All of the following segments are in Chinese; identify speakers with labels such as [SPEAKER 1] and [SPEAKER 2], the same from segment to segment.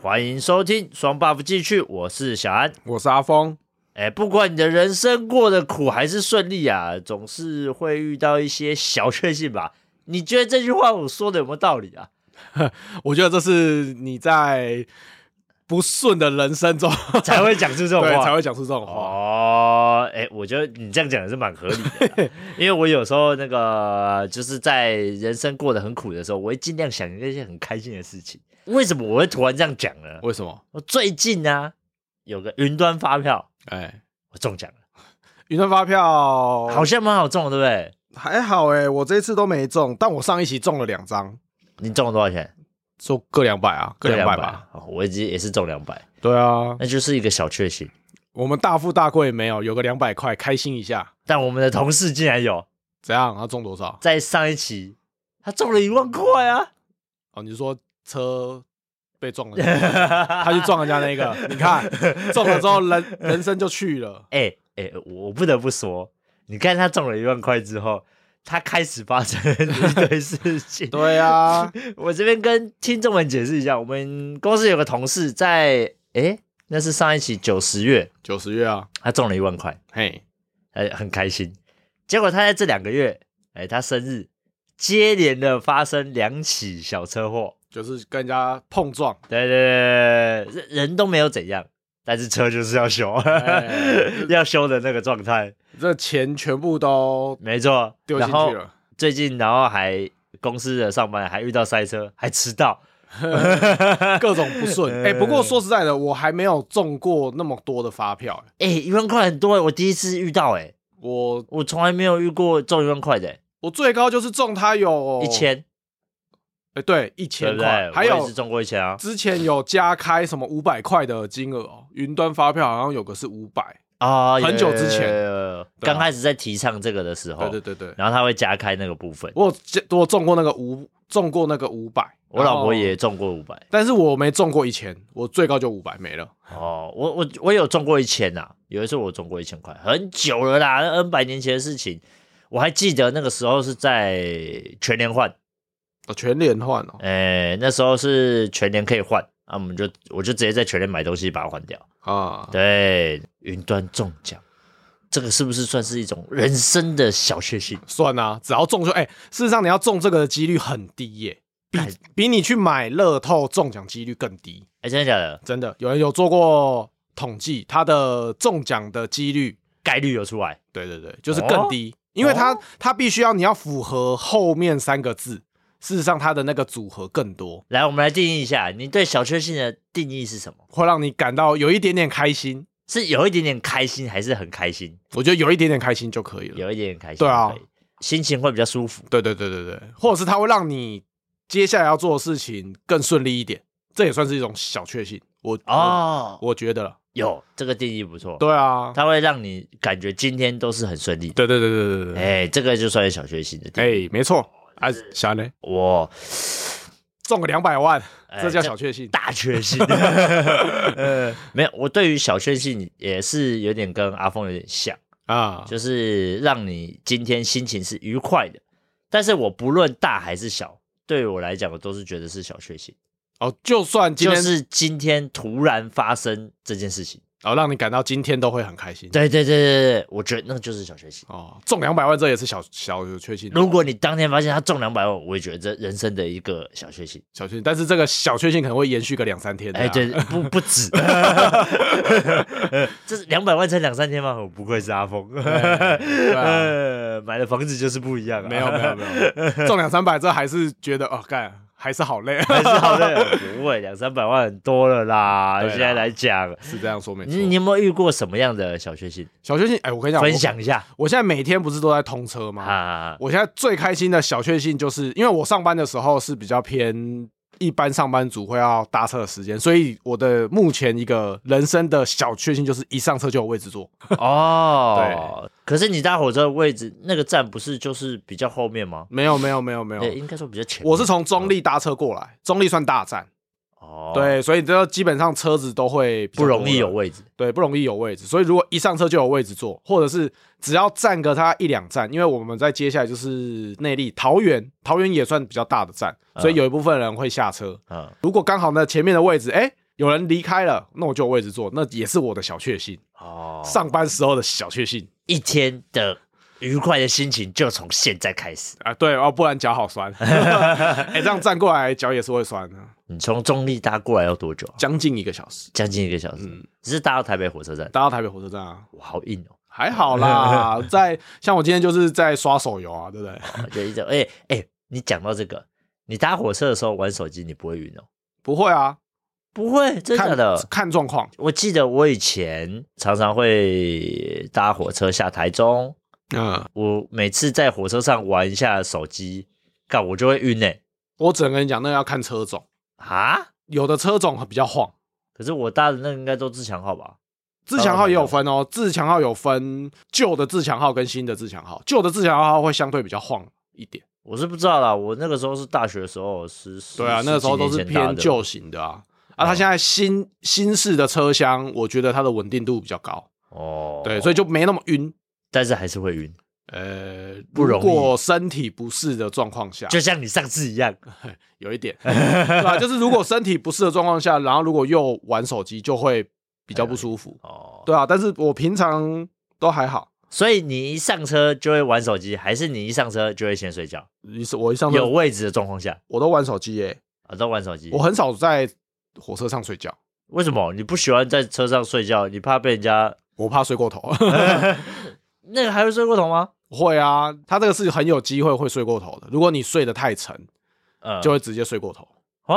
[SPEAKER 1] 欢迎收听双 buff 继续，我是小安。
[SPEAKER 2] 我是阿峰，
[SPEAKER 1] 哎，不管你的人生过得苦还是顺利啊，总是会遇到一些小确幸吧？你觉得这句话我说的有没有道理 啊？
[SPEAKER 2] 我觉得这是你在不顺的人生中
[SPEAKER 1] 才会讲出这种
[SPEAKER 2] 对才
[SPEAKER 1] 话。
[SPEAKER 2] 会讲出这种话。
[SPEAKER 1] 哦，哎，我觉得你这样讲也是蛮合理 的啦，啊因为我有时候那个就是在人生过得很苦的时候，我会尽量想一些很开心的事情。为什么我会突然这样讲呢？
[SPEAKER 2] 为什么？
[SPEAKER 1] 我最近啊，有个云端发票，
[SPEAKER 2] 哎，
[SPEAKER 1] 我中奖了，
[SPEAKER 2] 云端发票
[SPEAKER 1] 好像蛮好中的，对不对？
[SPEAKER 2] 还好哎、我这一次都没中，但我上一期中了两张，
[SPEAKER 1] 你中了多少钱？
[SPEAKER 2] 说各两百啊，各两百吧。
[SPEAKER 1] 吧。哦我已经也是中两百，
[SPEAKER 2] 对啊，
[SPEAKER 1] 那就是一个小确幸。
[SPEAKER 2] 我们大富大贵没有，有个两百块，开心一下。
[SPEAKER 1] 但我们的同事竟然有
[SPEAKER 2] 怎样？他中多少？
[SPEAKER 1] 在上一期，他中了一万块 啊！
[SPEAKER 2] 哦，你是说车被撞了，他去撞人家那个，你看中了之后人人生就去了。
[SPEAKER 1] 哎、哎、我不得不说，你看他中了一万块之后，他开始发生一堆事 情。
[SPEAKER 2] 对啊，
[SPEAKER 1] 我这边跟听众们解释一下，我们公司有个同事在，哎、那是上一期九十月，
[SPEAKER 2] 九十月啊，
[SPEAKER 1] 他中了一万块，
[SPEAKER 2] 嘿，
[SPEAKER 1] 哎，很开心。结果他在这两个月，哎，他生日接连的发生两起小车祸，
[SPEAKER 2] 就是跟人家碰撞，
[SPEAKER 1] 对对对对对，人都没有怎样，但是车就是要修，
[SPEAKER 2] 哎
[SPEAKER 1] 要修的那个状态，
[SPEAKER 2] 这钱全部都
[SPEAKER 1] 没错。
[SPEAKER 2] 丢进
[SPEAKER 1] 然后
[SPEAKER 2] 去了。
[SPEAKER 1] 最近，然后还公司的上班还遇到塞车，还迟 到，
[SPEAKER 2] 各种不顺， 哎、不过说实在的，我还没有中过那么多的发票、
[SPEAKER 1] 哎，
[SPEAKER 2] 哎
[SPEAKER 1] 一万块很多，我第一次遇到，哎，
[SPEAKER 2] 我
[SPEAKER 1] 我从来没有遇过中一万块的，欸
[SPEAKER 2] 我最高就是中它有
[SPEAKER 1] 一，千，
[SPEAKER 2] 哎、对，
[SPEAKER 1] 对
[SPEAKER 2] 一哦千
[SPEAKER 1] 不
[SPEAKER 2] 块
[SPEAKER 1] 对，？
[SPEAKER 2] 还
[SPEAKER 1] 我也
[SPEAKER 2] 有
[SPEAKER 1] 是中过一千啊，
[SPEAKER 2] 之前有加开什么五百块的金额哦，云端发票好像有个是五百，
[SPEAKER 1] 啊，
[SPEAKER 2] 很久之
[SPEAKER 1] 有
[SPEAKER 2] 前
[SPEAKER 1] 有有有有
[SPEAKER 2] 对啊
[SPEAKER 1] 刚开始在提倡这个的时候，
[SPEAKER 2] 对对对对，
[SPEAKER 1] 然后他会加开那个部分。
[SPEAKER 2] 我有加我中过那个五，中过那个五百，
[SPEAKER 1] 我老婆
[SPEAKER 2] 然后，
[SPEAKER 1] 也中过五百
[SPEAKER 2] 但是我没中过一千，我最高就五百没了，
[SPEAKER 1] 哦，我我我有中过一千呐、有一次我中过一千块，很久了啦，那 N 百年前的事情，我还记得那个时候是在全联换，
[SPEAKER 2] 哦，全连换哦，
[SPEAKER 1] 哎、那时候是全联可以换，啊，我们就我就直接在全联买东西把它换掉。
[SPEAKER 2] 啊，
[SPEAKER 1] 对，云端中奖，这个是不是算是一种人生的小确幸？
[SPEAKER 2] 算啊，只要中就哎、事实上你要中这个的几率很低耶、比比你去买乐透中奖几率更低。
[SPEAKER 1] 哎、真的假的？
[SPEAKER 2] 真的有人有做过统计，他的中奖的几率，
[SPEAKER 1] 概率有出来？
[SPEAKER 2] 对对对，就是更低，因为他他必须要你要符合后面三个字，事实上他的那个组合更多，
[SPEAKER 1] 来，我们来定义一下，你对小确幸的定义是什么？
[SPEAKER 2] 会让你感到有一点点开心。
[SPEAKER 1] 是有一点点开心，还是很开心？
[SPEAKER 2] 我觉得有一点点开心就可以了。
[SPEAKER 1] 有一点点开心，
[SPEAKER 2] 对啊
[SPEAKER 1] 可以，心情会比较舒服。
[SPEAKER 2] 对对对对对，或者是他会让你接下来要做的事情更顺利一点，这也算是一种小确幸。我
[SPEAKER 1] 哦，
[SPEAKER 2] 我觉得了，
[SPEAKER 1] 有这个定义不错，
[SPEAKER 2] 对啊，
[SPEAKER 1] 它会让你感觉今天都是很顺利的。
[SPEAKER 2] 对对对对对对，
[SPEAKER 1] 哎，这个就算是小确幸的定义。
[SPEAKER 2] 哎，没错，啊，小安呢
[SPEAKER 1] 我
[SPEAKER 2] 中个两百万，
[SPEAKER 1] 哎
[SPEAKER 2] 这叫小确幸。
[SPEAKER 1] 大确幸， 呃，没有，我对于小确幸也是有点跟阿峰有点像，
[SPEAKER 2] 啊，
[SPEAKER 1] 就是让你今天心情是愉快的。但是我不论大还是小，对我来讲，我都是觉得是小确幸，
[SPEAKER 2] 哦，就算今
[SPEAKER 1] 就
[SPEAKER 2] 天、
[SPEAKER 1] 是今天突然发生这件事情。
[SPEAKER 2] 哦，让你感到今天都会很开心。
[SPEAKER 1] 对对对对对，我觉得那个就是小确幸。
[SPEAKER 2] 哦，中两百万这也是小小确幸，啊
[SPEAKER 1] 如果你当天发现他中两百万，我也觉得这人生的一个小确幸。
[SPEAKER 2] 小确幸，但是这个小确幸可能会延续个两三天。啊
[SPEAKER 1] 哎，对，，不不 止， 这是两百万才两三天吗？我不愧是阿峰，
[SPEAKER 2] 对 啊，
[SPEAKER 1] 买的房子就是不一样啊。
[SPEAKER 2] 没有没有，没 有，中两三百这还是觉得哦，干还是好累，
[SPEAKER 1] 还是好累。不会，两三百万很多了啦。
[SPEAKER 2] 对啦
[SPEAKER 1] 现在来讲，
[SPEAKER 2] 是这样说没错。
[SPEAKER 1] 你你有没有遇过什么样的小确幸？
[SPEAKER 2] 小确幸，哎，我跟你讲，
[SPEAKER 1] 分享一下
[SPEAKER 2] 我，我现在每天不是都在通车吗？
[SPEAKER 1] 啊。
[SPEAKER 2] 我现在最开心的小确幸，就是因为我上班的时候是比较偏一般上班族会要搭车的时间，所以我的目前一个人生的小确幸就是一上车就有位置坐。
[SPEAKER 1] 哦，可是你搭火车的位置那个站不是就是比较后面吗？
[SPEAKER 2] 没有，没有，没有，没
[SPEAKER 1] 对，
[SPEAKER 2] 有。
[SPEAKER 1] 应该说比较前面。
[SPEAKER 2] 我是从中立搭车过来，中立算大站，
[SPEAKER 1] 哦，，
[SPEAKER 2] 对，所以这基本上车子都会比较
[SPEAKER 1] 不
[SPEAKER 2] 多
[SPEAKER 1] 容易有
[SPEAKER 2] 人，
[SPEAKER 1] 位置。
[SPEAKER 2] 对，不容易有位置。所以如果一上车就有位置坐，或者是只要站个它一两站，因为我们在接下来就是内力桃园，桃园也算比较大的站，所以有一部分人会下车，
[SPEAKER 1] 嗯，
[SPEAKER 2] 如果刚好呢前面的位置，哎、有人离开了，那我就有位置坐，那也是我的小确幸。
[SPEAKER 1] 哦，
[SPEAKER 2] 上班时候的小确幸
[SPEAKER 1] 一天的愉快的心情就从现在开始。
[SPEAKER 2] 啊，对哦，不然脚 好酸。哎、这样站过来脚也是会酸的，啊
[SPEAKER 1] 你从中立搭过来要多久啊？
[SPEAKER 2] 将近一个小时，
[SPEAKER 1] 将近一个小时，只是搭到台北火车站，
[SPEAKER 2] 搭到台北火车站啊，
[SPEAKER 1] 哇，好硬哦！
[SPEAKER 2] 还 好啦。在像我今天就是在刷手游啊，对不对？
[SPEAKER 1] 我就一直哎哎，你讲到这个，你搭火车的时候玩手机，你不会晕哦？
[SPEAKER 2] 不会啊，
[SPEAKER 1] 不会，真的
[SPEAKER 2] 看
[SPEAKER 1] 的。
[SPEAKER 2] 看状况。
[SPEAKER 1] 我记得我以前常常会搭火车下台中，
[SPEAKER 2] 嗯，
[SPEAKER 1] 我每次在火车上玩一下手机，干我就会晕呢、欸
[SPEAKER 2] 我只能跟你讲，那个要看车种，
[SPEAKER 1] 啊！
[SPEAKER 2] 有的车种比较晃。
[SPEAKER 1] 可是我搭的那个应该都自强号吧？
[SPEAKER 2] 自强号也有分哦，自强号有分旧的自强号跟新的自强号，旧的自强号会相对比较晃一点。
[SPEAKER 1] 我是不知道啦，我那个时候是大学的时候，十十
[SPEAKER 2] 对啊，那个时候都是
[SPEAKER 1] 十
[SPEAKER 2] 偏，
[SPEAKER 1] 几年前搭的哦
[SPEAKER 2] 旧型的啊。啊，它现在新新式的车厢，我觉得它的稳定度比较高，
[SPEAKER 1] 哦，
[SPEAKER 2] 对，所以就没那么晕。
[SPEAKER 1] 但是还是会晕，
[SPEAKER 2] 呃，
[SPEAKER 1] 不容易
[SPEAKER 2] 如果身体不适的状况下，
[SPEAKER 1] 就像你上次一样，
[SPEAKER 2] 有 一点，对吧、就是如果身体不适的状况下，然后如果又玩手机，就会比较不舒服，
[SPEAKER 1] 哦，
[SPEAKER 2] 对啊。但是我平常都还好，
[SPEAKER 1] 所以你一上车就会玩手机，还是你一上车就会先睡觉？
[SPEAKER 2] 你是我一上车
[SPEAKER 1] 有位置的状况下
[SPEAKER 2] 我都玩手机耶、
[SPEAKER 1] 啊，都玩手机
[SPEAKER 2] 我。很少在火车上睡觉，
[SPEAKER 1] 为什么你不喜欢在车上睡觉？你怕被人家
[SPEAKER 2] 我怕睡过头。
[SPEAKER 1] 那个还会睡过头吗？
[SPEAKER 2] 会啊，他这个是很有机会会睡过头的。如果你睡得太沉，
[SPEAKER 1] 嗯，
[SPEAKER 2] 就会直接睡过头。
[SPEAKER 1] 啊，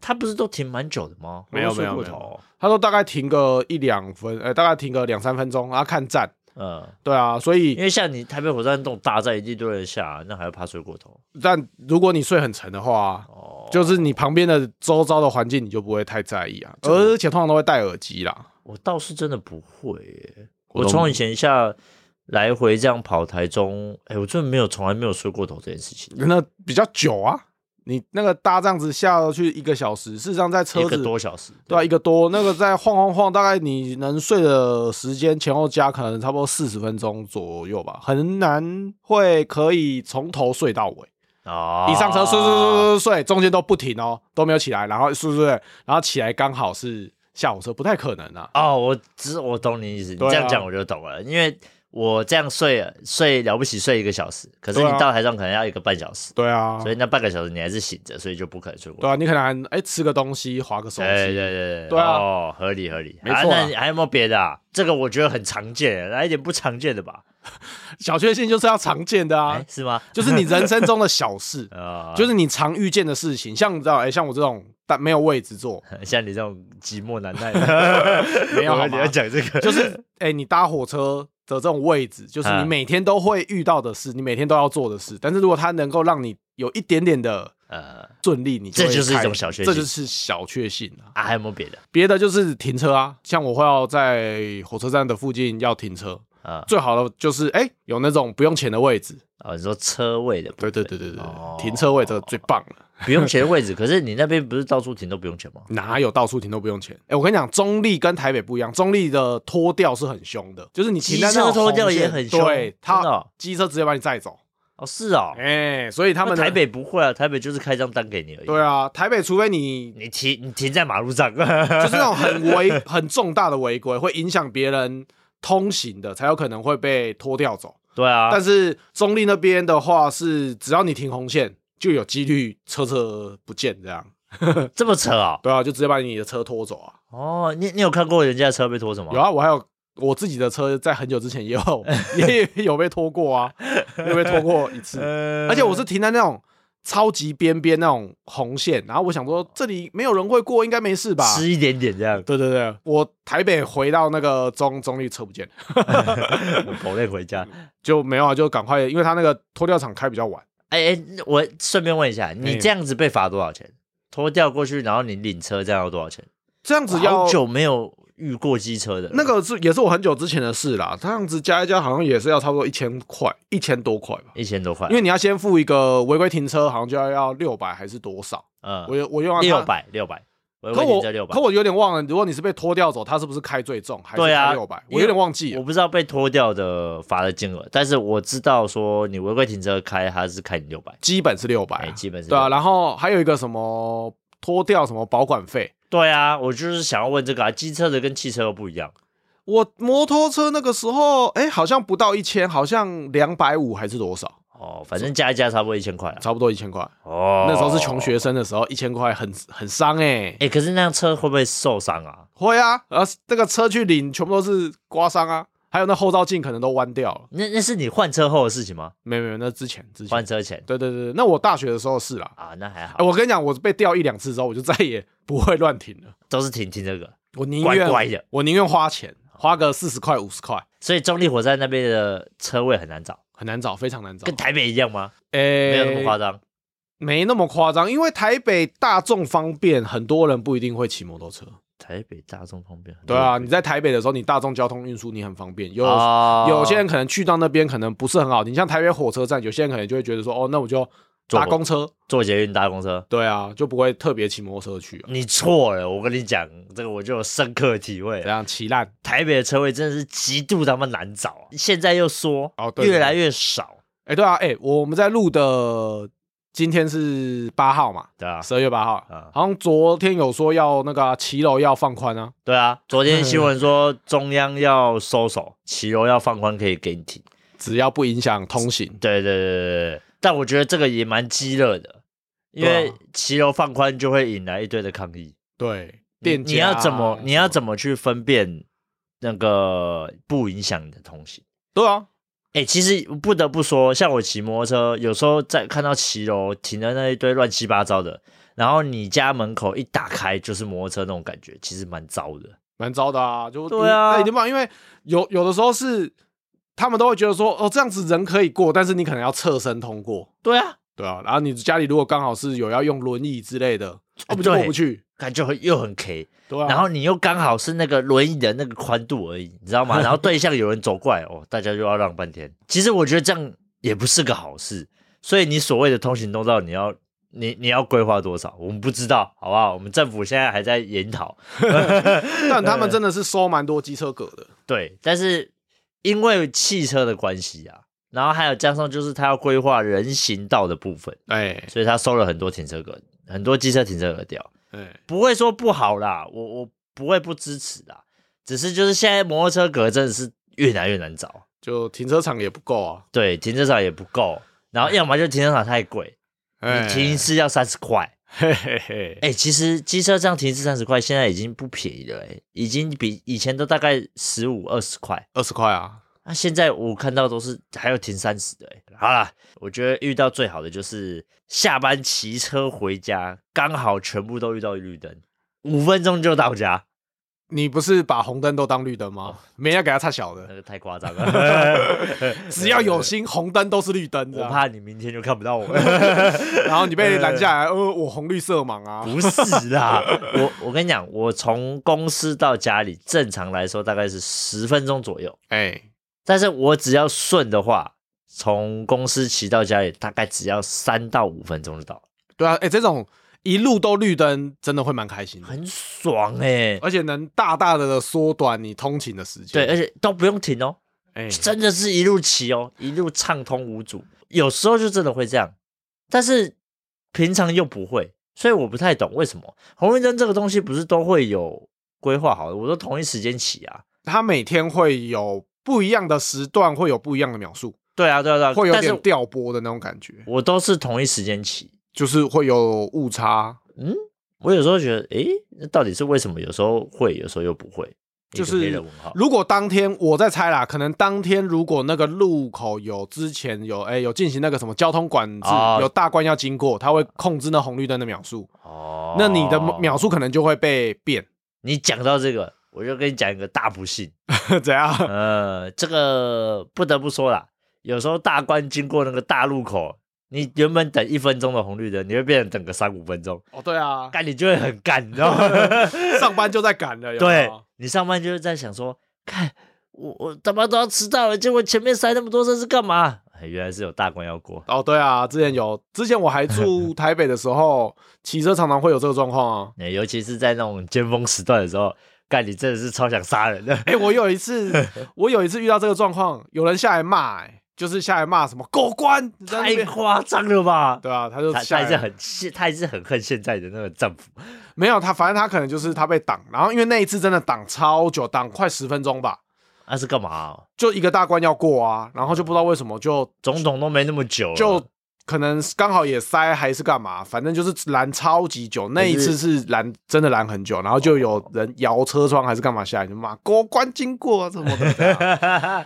[SPEAKER 1] 他不是都停蛮久的吗？
[SPEAKER 2] 没
[SPEAKER 1] 我
[SPEAKER 2] 有
[SPEAKER 1] 都睡
[SPEAKER 2] 没有
[SPEAKER 1] 过
[SPEAKER 2] 没有
[SPEAKER 1] 头。
[SPEAKER 2] 他说大概停个一两分，呃，大概停个两三分钟，然后看站。
[SPEAKER 1] 嗯，
[SPEAKER 2] 对啊，所以
[SPEAKER 1] 因为像你台北火车站这种大站，一堆人下，那还会怕睡过头？
[SPEAKER 2] 但如果你睡很沉的话，
[SPEAKER 1] 哦，
[SPEAKER 2] 就是你旁边的周遭的环境你就不会太在意啊，
[SPEAKER 1] 这个
[SPEAKER 2] 而且通常都会戴耳机啦。
[SPEAKER 1] 我倒是真的不会耶。
[SPEAKER 2] 我
[SPEAKER 1] 我
[SPEAKER 2] 都
[SPEAKER 1] 从以前下来回这样跑台中，哎，我真的没有从来没有睡过头这件事情，
[SPEAKER 2] 那比较久啊，你那个搭这样子下去一个小时，事实上在
[SPEAKER 1] 一
[SPEAKER 2] 车
[SPEAKER 1] 个
[SPEAKER 2] 子
[SPEAKER 1] 多小时。
[SPEAKER 2] 对啊，一个多，那个在晃晃晃，大概你能睡的时间前后加，可能差不多四十分钟左右吧，很难会可以从头睡到尾。
[SPEAKER 1] 哦，
[SPEAKER 2] 啊一上车睡睡睡睡睡，中间都不停哦，都没有起来，然后睡睡睡，然后起来刚好是下午车，不太可能啊。
[SPEAKER 1] 哦，我知我懂你意思，你
[SPEAKER 2] 对啊
[SPEAKER 1] 这样讲我就懂了，因为我这样睡了睡了不起睡一个小时，可是你
[SPEAKER 2] 对啊
[SPEAKER 1] 到台上可能要一个半小时，
[SPEAKER 2] 对啊
[SPEAKER 1] 所，以那半个小时你还是醒着，所以就不可能睡过头
[SPEAKER 2] 对。啊，你可能还哎、吃个东西，划个手机，
[SPEAKER 1] 对对对对
[SPEAKER 2] 对啊
[SPEAKER 1] 哦，合理合理，
[SPEAKER 2] 没错啊
[SPEAKER 1] 啊那你还有没有别的啊？这个我觉得很常见，来一点不常见的吧？
[SPEAKER 2] 小确幸就是要常见的啊
[SPEAKER 1] 哎，，是吗？，
[SPEAKER 2] 就是你人生中的小事
[SPEAKER 1] 啊，
[SPEAKER 2] 就是你常遇见的事情，像你知道，哎、像我这种但没有位 置坐，
[SPEAKER 1] 像你这种寂寞难耐，
[SPEAKER 2] 没有
[SPEAKER 1] 我以
[SPEAKER 2] 好
[SPEAKER 1] 为
[SPEAKER 2] 吗
[SPEAKER 1] 你要讲这个，
[SPEAKER 2] 就是哎、欸你搭火车的这种位置，就是你
[SPEAKER 1] 嗯
[SPEAKER 2] 每天都会遇到的事，你每天都要做的事。但是如果它能够让你有一点点的
[SPEAKER 1] 呃
[SPEAKER 2] 顺利，你就会
[SPEAKER 1] 这就是一
[SPEAKER 2] 开
[SPEAKER 1] 种小确幸
[SPEAKER 2] 这就是小确幸啊。
[SPEAKER 1] 啊，还有没有别的？
[SPEAKER 2] 别的就是停车啊，像我会要在火车站的附近要停车，
[SPEAKER 1] 啊，
[SPEAKER 2] 最好的就是哎、欸有那种不用钱的位置。
[SPEAKER 1] 哦，你说车位的部
[SPEAKER 2] 对
[SPEAKER 1] 分，
[SPEAKER 2] 对对对对，
[SPEAKER 1] 哦
[SPEAKER 2] 停车位这个最棒了，
[SPEAKER 1] 不用钱的位置，可是你那边不是到处停都不用钱吗？
[SPEAKER 2] 哪有到处停都不用钱？哎、我跟你讲，中立跟台北不一样，中立的拖吊是很凶的，就是你停在那
[SPEAKER 1] 机车
[SPEAKER 2] 种
[SPEAKER 1] 拖吊
[SPEAKER 2] 红线
[SPEAKER 1] 也很凶
[SPEAKER 2] 对，
[SPEAKER 1] 真的
[SPEAKER 2] 他
[SPEAKER 1] 哦
[SPEAKER 2] 机车直接把你载走。
[SPEAKER 1] 哦，是哦，
[SPEAKER 2] 哎、所以他
[SPEAKER 1] 他
[SPEAKER 2] 们
[SPEAKER 1] 台北不会啊，台北就是开张单给你而已。
[SPEAKER 2] 对啊，台北除非你
[SPEAKER 1] 你停你停在马路 上，
[SPEAKER 2] 就是那种很违很重大的违规，会影响别人通行的，才有可能会被拖掉走。
[SPEAKER 1] 对啊，
[SPEAKER 2] 但是中立那边的话是，只要你停红线，就有几率车车不见这样。
[SPEAKER 1] 这么扯哦。
[SPEAKER 2] 对啊，就直接把你的车拖走啊。
[SPEAKER 1] 哦，你你有看过人家的车被拖什么？
[SPEAKER 2] 有啊，我还有我自己的车，在很久之前也 有也也有被拖过啊，也有被拖过一 次。
[SPEAKER 1] 呃
[SPEAKER 2] 而且我是停在那种超级边边那种红线，然后我想说这里没有人会过，应该没事吧？
[SPEAKER 1] 吃一点点这样，
[SPEAKER 2] 对对对，我台北回到那个中中立车不见了，啊
[SPEAKER 1] 跑累回家。
[SPEAKER 2] 就没有啊，就赶快，因为他那个拖吊厂开比较晚，
[SPEAKER 1] 哎哎，我顺便问一
[SPEAKER 2] 哎
[SPEAKER 1] 下，你这样子被罚多少钱？拖掉过去，然后你领车，这样要多少钱？
[SPEAKER 2] 这样子要
[SPEAKER 1] 好久没有遇过机车的了
[SPEAKER 2] 那个是也是我很久之前的事啦，这样子加一加好像也是要差不多一千块，一千多块吧。
[SPEAKER 1] 一千多块，
[SPEAKER 2] 因为你要先付一个违规停车，好像就要要六百还是多少？
[SPEAKER 1] 嗯
[SPEAKER 2] 我，有我用完它
[SPEAKER 1] 六，百六百，我
[SPEAKER 2] 可
[SPEAKER 1] 问
[SPEAKER 2] 我
[SPEAKER 1] 你这六百
[SPEAKER 2] 可，我有点忘了，如果你是被拖掉走，他是不是开最重还是
[SPEAKER 1] 对啊
[SPEAKER 2] 开六百？我有点忘记
[SPEAKER 1] 我
[SPEAKER 2] 了。
[SPEAKER 1] 不知道被拖掉的罚的金额，但是我知道说你违规停车开，他是开你六百，
[SPEAKER 2] 基本是六百、
[SPEAKER 1] 哎，基本是
[SPEAKER 2] 对啊，
[SPEAKER 1] 600
[SPEAKER 2] 然后还有一个什么拖掉什么保管费，
[SPEAKER 1] 对啊，我就是想要问这个啊，机车的跟汽车又不一样，
[SPEAKER 2] 我摩托车那个时候，哎、好像不到一千，好像两百五还是多少，
[SPEAKER 1] 哦，反正加一加差不多一千块了。啊
[SPEAKER 2] 差不多一千块。
[SPEAKER 1] 哦，
[SPEAKER 2] 那时候是穷学生的时候，一千块很很伤哎、
[SPEAKER 1] 哎、可是那辆车会不会受伤啊？
[SPEAKER 2] 会啊，然后那个车去领，全部都是刮伤啊，还有那后照镜可能都弯掉了。
[SPEAKER 1] 那那是你换车后的事情吗？
[SPEAKER 2] 没有没有，那之前之前
[SPEAKER 1] 换，车前
[SPEAKER 2] 对对对，对那我大学的时候是啦。
[SPEAKER 1] 啊，那还好，
[SPEAKER 2] 哎我跟你讲，我被调一两次之后，我就再也不会乱停了。
[SPEAKER 1] 都是停停这个。
[SPEAKER 2] 我宁
[SPEAKER 1] 乖
[SPEAKER 2] 愿
[SPEAKER 1] 乖的
[SPEAKER 2] 我宁愿花钱，花个四十块五十块，
[SPEAKER 1] 所以中立火车站那边的车位很难找，
[SPEAKER 2] 很难找，非常难找。
[SPEAKER 1] 跟台北一样吗？
[SPEAKER 2] 诶
[SPEAKER 1] 没有那么夸
[SPEAKER 2] 哎
[SPEAKER 1] 张。
[SPEAKER 2] 没那么夸张，因为台北大众方便，很多人不一定会骑摩托车。
[SPEAKER 1] 台北大众方便很多
[SPEAKER 2] 对啊，你在台北的时候，你大众交通运输你很方便。有、
[SPEAKER 1] 哦
[SPEAKER 2] 有些人可能去到那边可能不是很好，你像台北火车站，有些人可能就会觉得说，哦，那我就
[SPEAKER 1] 坐
[SPEAKER 2] 搭
[SPEAKER 1] 火
[SPEAKER 2] 公车。
[SPEAKER 1] 坐捷运搭公车，
[SPEAKER 2] 对啊，就不会特别骑摩托车去啊，
[SPEAKER 1] 你错了。我跟你讲，这个我就有深刻体会
[SPEAKER 2] 这。样骑烂。
[SPEAKER 1] 台北的车位真的是极度他妈难找、啊，现在又说
[SPEAKER 2] 哦对
[SPEAKER 1] 越来越少，
[SPEAKER 2] 哎、对啊，哎、我们在录的今天是八号嘛，
[SPEAKER 1] 对啊，
[SPEAKER 2] 十二月八号，
[SPEAKER 1] 啊
[SPEAKER 2] 好像昨天有说要那个啊骑楼要放宽啊，
[SPEAKER 1] 对啊。昨天新闻说
[SPEAKER 2] 嗯
[SPEAKER 1] 中央要收手，骑楼要放宽，可以给你停。
[SPEAKER 2] 只要不影响通行。
[SPEAKER 1] 对对对对对，但我觉得这个也蛮激烈的，因
[SPEAKER 2] 对
[SPEAKER 1] 为
[SPEAKER 2] 啊
[SPEAKER 1] 骑楼放宽就会引来一堆的抗议。
[SPEAKER 2] 对，
[SPEAKER 1] 你
[SPEAKER 2] 店家
[SPEAKER 1] 你
[SPEAKER 2] 啊
[SPEAKER 1] 要怎么你要
[SPEAKER 2] 么
[SPEAKER 1] 怎么去分辨那个不影响你的通行？
[SPEAKER 2] 对啊，
[SPEAKER 1] 哎、其实不得不说，像我骑摩托车，有时候在看到骑楼停的那一堆乱七八糟的，然后你家门口一打开就是摩托车那种感觉，其实蛮糟的。
[SPEAKER 2] 蛮糟的啊，就
[SPEAKER 1] 对啊
[SPEAKER 2] 那一定不好，因为有有的时候是他们都会觉得说，哦，这样子人可以过，但是你可能要侧身通过，
[SPEAKER 1] 对啊，
[SPEAKER 2] 对啊，然后你家里如果刚好是有要用轮椅之类的，我们就
[SPEAKER 1] 哎对
[SPEAKER 2] 过不去，
[SPEAKER 1] 感觉很又很 K，、
[SPEAKER 2] 对啊，
[SPEAKER 1] 然后你又刚好是那个轮椅的那个宽度而已，你知道吗？然后对向有人走过来，哦，大家就要让半天。其实我觉得这样也不是个好事，所以你所谓的通行通道，你要。你你要规划多少？我们不知道，好不好？我们政府现在还在研讨，
[SPEAKER 2] 但他
[SPEAKER 1] 呃
[SPEAKER 2] 们真的是收蛮多机车格的，
[SPEAKER 1] 对，但是因为汽车的关系啊，然后还有加上就是他要规划人行道的部分，
[SPEAKER 2] 哎
[SPEAKER 1] 所以他收了很多停车格，很多机车停车格掉，
[SPEAKER 2] 哎，
[SPEAKER 1] 不会说不好啦，我我不会不支持啦，只是就是现在摩托车格真的是越来越难找，
[SPEAKER 2] 就停车场也不够啊，
[SPEAKER 1] 对，停车场也不够，然后要么就停车场太贵，
[SPEAKER 2] 哎
[SPEAKER 1] 你停一，次要三十块，
[SPEAKER 2] 嘿嘿嘿，
[SPEAKER 1] 哎、其实机车这样停一次三十块，现在已经不便宜了、哎，已经比以前都大概十五二十块。
[SPEAKER 2] 二十块啊，
[SPEAKER 1] 那、现在我看到都是还有停三十的、欸，好啦，我觉得遇到最好的就是下班骑车回家，刚好全部都遇到绿灯，五分钟就到家，
[SPEAKER 2] 你不是把红灯都当绿灯
[SPEAKER 1] 哦
[SPEAKER 2] 吗？没人给他差小
[SPEAKER 1] 那
[SPEAKER 2] 的，
[SPEAKER 1] 个太夸张了，
[SPEAKER 2] 只要有心，红灯都是绿灯
[SPEAKER 1] 呃我
[SPEAKER 2] 的啊，
[SPEAKER 1] 怕你明天就看不 到我。
[SPEAKER 2] 然后你被 拦下来，呃，我红绿色盲啊，
[SPEAKER 1] 不是啦，我我跟你讲，我从公司到家里，正常来说大概是十分钟左右，
[SPEAKER 2] 哎，
[SPEAKER 1] 但是我只要顺的话，从公司骑到家里大概只要三到五分钟就到了。
[SPEAKER 2] 对啊，哎、这种一路都绿灯，真的会蛮开心的，
[SPEAKER 1] 很爽哎、
[SPEAKER 2] 而且能大大的缩短你通勤的时间。
[SPEAKER 1] 对，而且都不用停哦，
[SPEAKER 2] 哎、
[SPEAKER 1] 真的是一路骑哦，一路畅通无阻。有时候就真的会这样，但是平常又不会，所以我不太懂为什么红绿灯这个东西不是都会有规划好的，我都同一时间骑啊。
[SPEAKER 2] 它每天会有不一样的时段，会有不一样的秒数，
[SPEAKER 1] 对啊，对啊，对啊，
[SPEAKER 2] 会有
[SPEAKER 1] 但是
[SPEAKER 2] 点调拨的那种感觉，
[SPEAKER 1] 我都是同一时间骑。
[SPEAKER 2] 就是会有误差。
[SPEAKER 1] 我有时候觉得，诶，那到底是为什么？有时候会，有时候又不会，
[SPEAKER 2] 就
[SPEAKER 1] 一个黑
[SPEAKER 2] 是
[SPEAKER 1] 人问号。
[SPEAKER 2] 如果当天我在猜啦，可能当天如果那个路口有之前有哎、有进行那个什么交通管制，
[SPEAKER 1] 哦
[SPEAKER 2] 有大关要经过，它会控制那红绿灯的秒数，
[SPEAKER 1] 哦，
[SPEAKER 2] 那你的秒数可能就会被变，
[SPEAKER 1] 你讲到这个，我就跟你讲一个大不幸。
[SPEAKER 2] 怎 样？
[SPEAKER 1] 呃，这个不得不说啦，有时候大关经过那个大路口，你原本等一分钟的红绿灯，你会变成等个三五分钟，
[SPEAKER 2] 哦，对啊，
[SPEAKER 1] 干你就会很干，你知道吗？
[SPEAKER 2] 上班就在赶了，有没
[SPEAKER 1] 对
[SPEAKER 2] 有
[SPEAKER 1] 你上班就是在想说，看我我他妈都要迟到了，结果前面塞那么多车是干嘛？哎原来是有大关要过，
[SPEAKER 2] 哦，对啊，之前有，之前我还住台北的时候，骑车常常会有这个状况啊。
[SPEAKER 1] 哎尤其是在那种尖峰时段的时候，干你 真的是超想杀人的。
[SPEAKER 2] 哎、我有一次，我有一次遇到这个状况，有人下来骂、欸，就是下来骂什么狗官，在那
[SPEAKER 1] 太
[SPEAKER 2] 边
[SPEAKER 1] 夸张了吧？
[SPEAKER 2] 对啊，他就
[SPEAKER 1] 他
[SPEAKER 2] 下
[SPEAKER 1] 他还
[SPEAKER 2] 来
[SPEAKER 1] 是很现，他还是很恨现在的那个政府。
[SPEAKER 2] 没有他，反正他可能就是他被挡，然后因为那一次真的挡超久，挡快十分钟吧，
[SPEAKER 1] 那是干嘛、哦
[SPEAKER 2] 就一个大关要过啊，然后就不知道为什么就
[SPEAKER 1] 总统都没那么久了，
[SPEAKER 2] 就可能刚好也塞还是干嘛，反正就是拦超级久。那一次是拦真的拦很久，然后就有人摇车窗还是干嘛下来就骂狗官经过什么的这 样，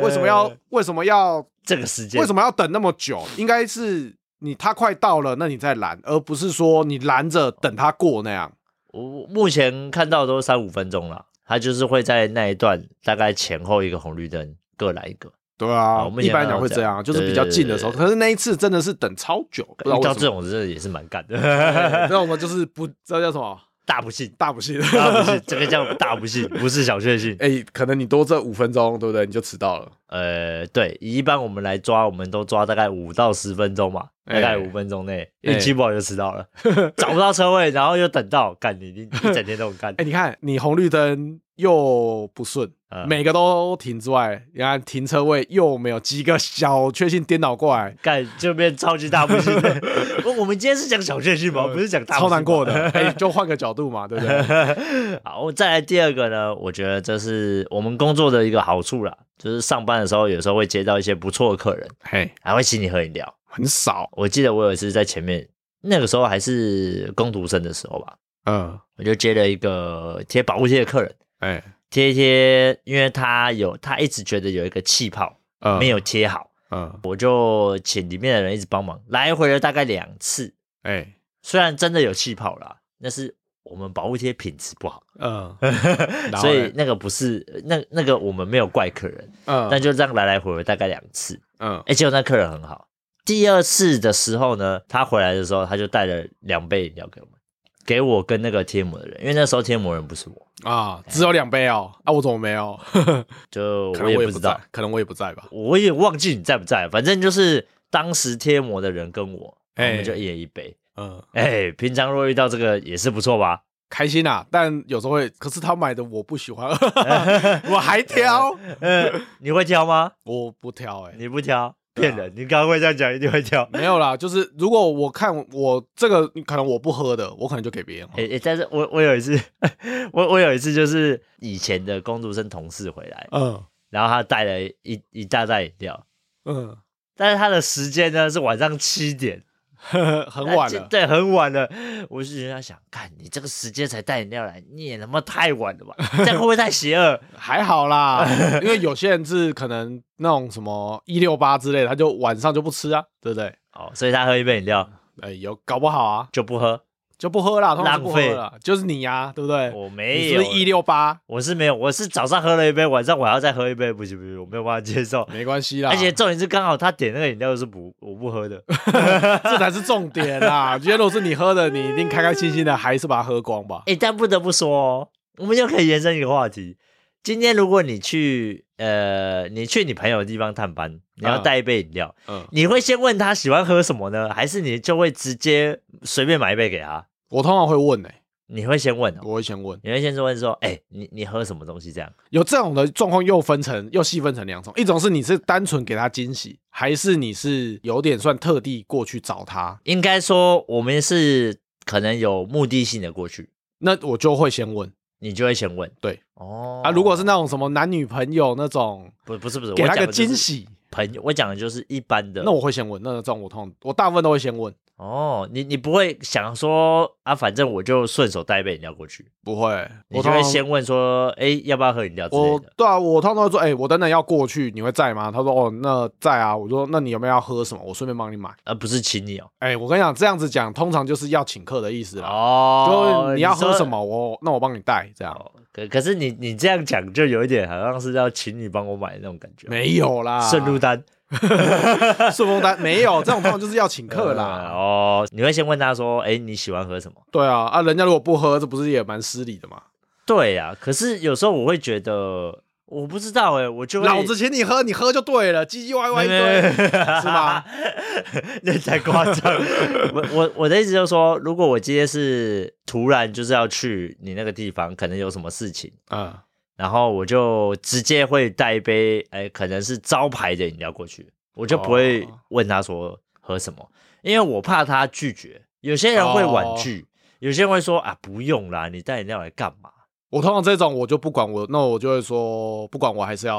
[SPEAKER 2] 为什么要
[SPEAKER 1] 啊呃
[SPEAKER 2] 为什么要
[SPEAKER 1] 这个时间？
[SPEAKER 2] 为什
[SPEAKER 1] 么？
[SPEAKER 2] 么要等那么久？应该是你他快到了，那你再拦，而不是说你拦着等他过那样。
[SPEAKER 1] 我目前看到都三五分钟了，他就是会在那一段大概前后一个红绿灯各来一个，
[SPEAKER 2] 对
[SPEAKER 1] 我
[SPEAKER 2] 啊，
[SPEAKER 1] 们
[SPEAKER 2] 一
[SPEAKER 1] 以前
[SPEAKER 2] 般来讲会
[SPEAKER 1] 都这
[SPEAKER 2] 这
[SPEAKER 1] 样
[SPEAKER 2] 样，就是比较近的时候。
[SPEAKER 1] 对
[SPEAKER 2] 可是那一次真的是等超久，不知道
[SPEAKER 1] 遇到
[SPEAKER 2] 为
[SPEAKER 1] 这
[SPEAKER 2] 什么。
[SPEAKER 1] 种真的也是蛮干
[SPEAKER 2] 对
[SPEAKER 1] 的，
[SPEAKER 2] 那我们就是不这叫什么
[SPEAKER 1] 大不幸，
[SPEAKER 2] 大不幸，
[SPEAKER 1] 大不 幸，这个叫大不幸，不是小确幸。
[SPEAKER 2] 哎、可能你多这五分钟，对不对？你就迟到了。
[SPEAKER 1] 呃，对，一般我们来抓，我们都抓大概五到十分钟嘛，大
[SPEAKER 2] 哎
[SPEAKER 1] 概五分钟内，
[SPEAKER 2] 哎
[SPEAKER 1] 运气不好就迟到了， 找不到车位，然后又等到，干你一一整天都很干
[SPEAKER 2] 哎、。你看你红绿灯又不顺，
[SPEAKER 1] 嗯
[SPEAKER 2] 每个都停之外，你看停车位又没有几个小确幸颠倒过 来，
[SPEAKER 1] 干就变超级大不幸的。 我我们今天是讲小确幸吗？不是讲大，
[SPEAKER 2] 呃超难过的。。哎、就换个角度嘛，对不 对？
[SPEAKER 1] 好，我再来第二个呢，我觉得这是我们工作的一个好处啦，就是上班的时候有时候会接到一些不错的客人，
[SPEAKER 2] 嘿，
[SPEAKER 1] 还会请你喝饮料。
[SPEAKER 2] 很少，
[SPEAKER 1] 我记得我有一次在前面，那个时候还是工读生的时候吧，
[SPEAKER 2] 嗯，
[SPEAKER 1] 我就接了一个贴保护贴的客人，
[SPEAKER 2] 哎、
[SPEAKER 1] 贴一贴，因为他有他一直觉得有一个气泡
[SPEAKER 2] 嗯，
[SPEAKER 1] 没，有贴好，
[SPEAKER 2] 嗯，
[SPEAKER 1] 我就请里面的人一直帮忙，来回了大概两次，
[SPEAKER 2] 哎、
[SPEAKER 1] 虽然真的有气泡啦，那是我们保护贴品质不 好，
[SPEAKER 2] 嗯，然后
[SPEAKER 1] 所以
[SPEAKER 2] 嘞，
[SPEAKER 1] 那个不是那那个我们没有怪客人，但
[SPEAKER 2] 嗯，
[SPEAKER 1] 就这样来来回回大概两次，
[SPEAKER 2] 嗯，
[SPEAKER 1] 哎、结果那客人很好。第二次的时候呢，他回来的时候他就带了两杯饮料给我们，给我跟那个贴膜的人，因为那时候贴膜人不是我，
[SPEAKER 2] 啊，只有两杯哦，啊，我怎么没有？
[SPEAKER 1] 就
[SPEAKER 2] 可
[SPEAKER 1] 我
[SPEAKER 2] 能
[SPEAKER 1] 也
[SPEAKER 2] 我也
[SPEAKER 1] 不
[SPEAKER 2] 不
[SPEAKER 1] 知道
[SPEAKER 2] 在，，可能我也不在吧。
[SPEAKER 1] 我也忘记你在不在，反正就是当时贴膜的人跟我，我
[SPEAKER 2] 哎
[SPEAKER 1] 们就一人一杯。
[SPEAKER 2] 嗯，
[SPEAKER 1] 哎、平常若遇到这个也是不错吧？
[SPEAKER 2] 开心啊，但有时候会，可是他买的我不喜欢， 我还挑，
[SPEAKER 1] 呃，你会挑吗？
[SPEAKER 2] 我不挑、哎。
[SPEAKER 1] 你不挑，骗人！你刚刚会这样讲，一定会挑。
[SPEAKER 2] 没有啦，就是如果我看我这个可能我不喝的，我可能就给别人喝。
[SPEAKER 1] 诶、诶、但是我我有一次， 我我有一次就是以前的工读生同事回来，
[SPEAKER 2] 嗯
[SPEAKER 1] 然后他带了一一大袋饮料，
[SPEAKER 2] 嗯，
[SPEAKER 1] 但是他的时间呢是晚上七点，
[SPEAKER 2] 很晚
[SPEAKER 1] 那
[SPEAKER 2] 了。
[SPEAKER 1] 对，很晚了。我就觉得他想，看你这个时间才带饮料来，你也他妈太晚 了吧？这样会不会太邪恶？
[SPEAKER 2] 还好啦，因为有些人是可能那种什么一六八之类的，他就晚上就不吃啊，对不对？
[SPEAKER 1] 哦，所以他喝一杯饮料
[SPEAKER 2] 哎、有搞不好啊，
[SPEAKER 1] 就不喝。
[SPEAKER 2] 就不喝啦，通常是
[SPEAKER 1] 浪
[SPEAKER 2] 不喝
[SPEAKER 1] 费
[SPEAKER 2] 啦，就是你呀、对不对？
[SPEAKER 1] 我
[SPEAKER 2] 你
[SPEAKER 1] 没
[SPEAKER 2] 是
[SPEAKER 1] 有
[SPEAKER 2] 不，是一六八？
[SPEAKER 1] 我是没有，我是早上喝了一杯，晚上我还要再喝一杯，不行不行，我没有办法接受。
[SPEAKER 2] 没关系啦，
[SPEAKER 1] 而且 重点是刚好他点那个饮料是不我不喝的，
[SPEAKER 2] 这才是重点 啦。今天如果是你喝的，你一定开开心心的，还是把它喝光吧。
[SPEAKER 1] 哎、但不得不说哦，我们又可以延伸一个话题。今天如果你去呃，你去你朋友的地方探班，你要
[SPEAKER 2] 嗯
[SPEAKER 1] 带一杯饮料，
[SPEAKER 2] 嗯，
[SPEAKER 1] 你会先问他喜欢喝什么呢，还是你就会直接随便买一杯给他？
[SPEAKER 2] 我通常会问诶、
[SPEAKER 1] 你会先问、哦，
[SPEAKER 2] 我会先问。
[SPEAKER 1] 你会先问说，哎、你你喝什么东西这样？
[SPEAKER 2] 有这种的状况又分成又细分成两种，一种是你是单纯给他惊喜，还是你是有点算特地过去找他？
[SPEAKER 1] 应该说我们是可能有目的性的过去，
[SPEAKER 2] 那我就会先问
[SPEAKER 1] 你就会先问。
[SPEAKER 2] 对，
[SPEAKER 1] 哦
[SPEAKER 2] 啊，如果是那种什么男女朋友那种，
[SPEAKER 1] 不不是不是，
[SPEAKER 2] 给
[SPEAKER 1] 我
[SPEAKER 2] 他
[SPEAKER 1] 讲
[SPEAKER 2] 个
[SPEAKER 1] 的就是
[SPEAKER 2] 惊喜，
[SPEAKER 1] 朋友，我讲的就是一般的。
[SPEAKER 2] 那我会先问。那这种我通常我大部分都会先问，
[SPEAKER 1] 哦，你你不会想说啊，反正我就顺手带一杯饮料过去，
[SPEAKER 2] 不会，
[SPEAKER 1] 你
[SPEAKER 2] 我
[SPEAKER 1] 就
[SPEAKER 2] 通
[SPEAKER 1] 会
[SPEAKER 2] 常
[SPEAKER 1] 先问说，哎、要不要喝饮料之类
[SPEAKER 2] 我
[SPEAKER 1] 的。
[SPEAKER 2] 对啊，我通常会说，哎、我等等要过去，你会在吗？他说，哦，那在啊。我说，那你有没有要喝什么？我顺便帮你买。
[SPEAKER 1] 而、不是请你哦。
[SPEAKER 2] 哎、我跟你讲，这样子讲通常就是要请客的意思啦。
[SPEAKER 1] 哦
[SPEAKER 2] 啊就你要喝
[SPEAKER 1] 说
[SPEAKER 2] 什么，我那我帮你带，这样
[SPEAKER 1] 哦可可是你你这样讲就有一点好像是要请你帮我买那种感觉，哦
[SPEAKER 2] 没啊有啦，
[SPEAKER 1] 顺路单
[SPEAKER 2] 顺风单没有，这种通常就是要请 客
[SPEAKER 1] 嗯
[SPEAKER 2] 啦。
[SPEAKER 1] 哦，你会先问他说，哎、你喜欢喝什么？
[SPEAKER 2] 对啊，啊，人家如果不喝，这不是也蛮失礼的嘛？啊
[SPEAKER 1] 对呀、可是有时候我会觉得，我不知道哎、我就会
[SPEAKER 2] 老子请你喝，你喝就对了，唧唧歪歪一 堆，是吗？
[SPEAKER 1] 那太夸张。 我我我的意思就是说，如果我今天是突然就是要去你那个地方，可能有什么事情，
[SPEAKER 2] 嗯
[SPEAKER 1] 然后我就直接会带一杯，哎，可能是招牌的饮料过去，我就不会
[SPEAKER 2] 哦
[SPEAKER 1] 问他说喝什么，因为我怕他拒绝。有些人会婉拒，有些人会说啊不用啦，你带饮料来干嘛？
[SPEAKER 2] 我通常这种我就不管我，那我就会说不管我还是要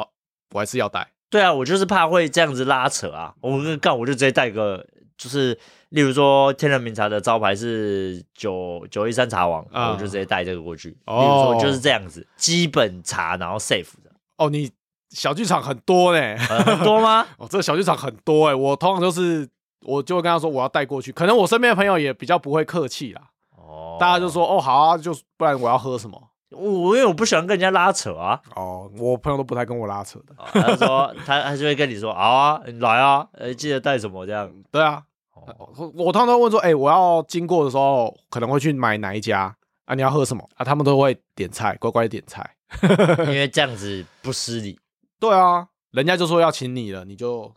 [SPEAKER 2] 我还是要带。
[SPEAKER 1] 对啊，我就是怕会这样子拉扯啊。我跟干，我就直接带个，就是例如说天人茗茶的招牌是九九一三茶王，
[SPEAKER 2] 啊
[SPEAKER 1] 我就直接带这个过去。
[SPEAKER 2] 哦
[SPEAKER 1] 例如说就是这样子，基本茶然后 safe 的、
[SPEAKER 2] 哦，你小剧场很多呢、
[SPEAKER 1] 呃很多吗？
[SPEAKER 2] 哦，这个小剧场很多哎、我通常就是我就会跟他说我要带过去，可能我身边的朋友也比较不会客气啦，
[SPEAKER 1] 哦
[SPEAKER 2] 大家就说哦好啊，就不然我要喝什么？
[SPEAKER 1] 我我因为我不喜欢跟人家拉扯 啊。
[SPEAKER 2] 哦，我朋友都不太跟我拉扯的。
[SPEAKER 1] 哦他就说他他就会跟你说好啊，你来啊，呃记得带什么这样。
[SPEAKER 2] 对啊，
[SPEAKER 1] 哦
[SPEAKER 2] 我我通常都问说，哎、我要经过的时候可能会去买哪一家啊？你要喝什么啊？他们都会点菜，乖乖点菜。
[SPEAKER 1] 因为这样子不失礼，
[SPEAKER 2] 对啊，人家就说要请你了，你就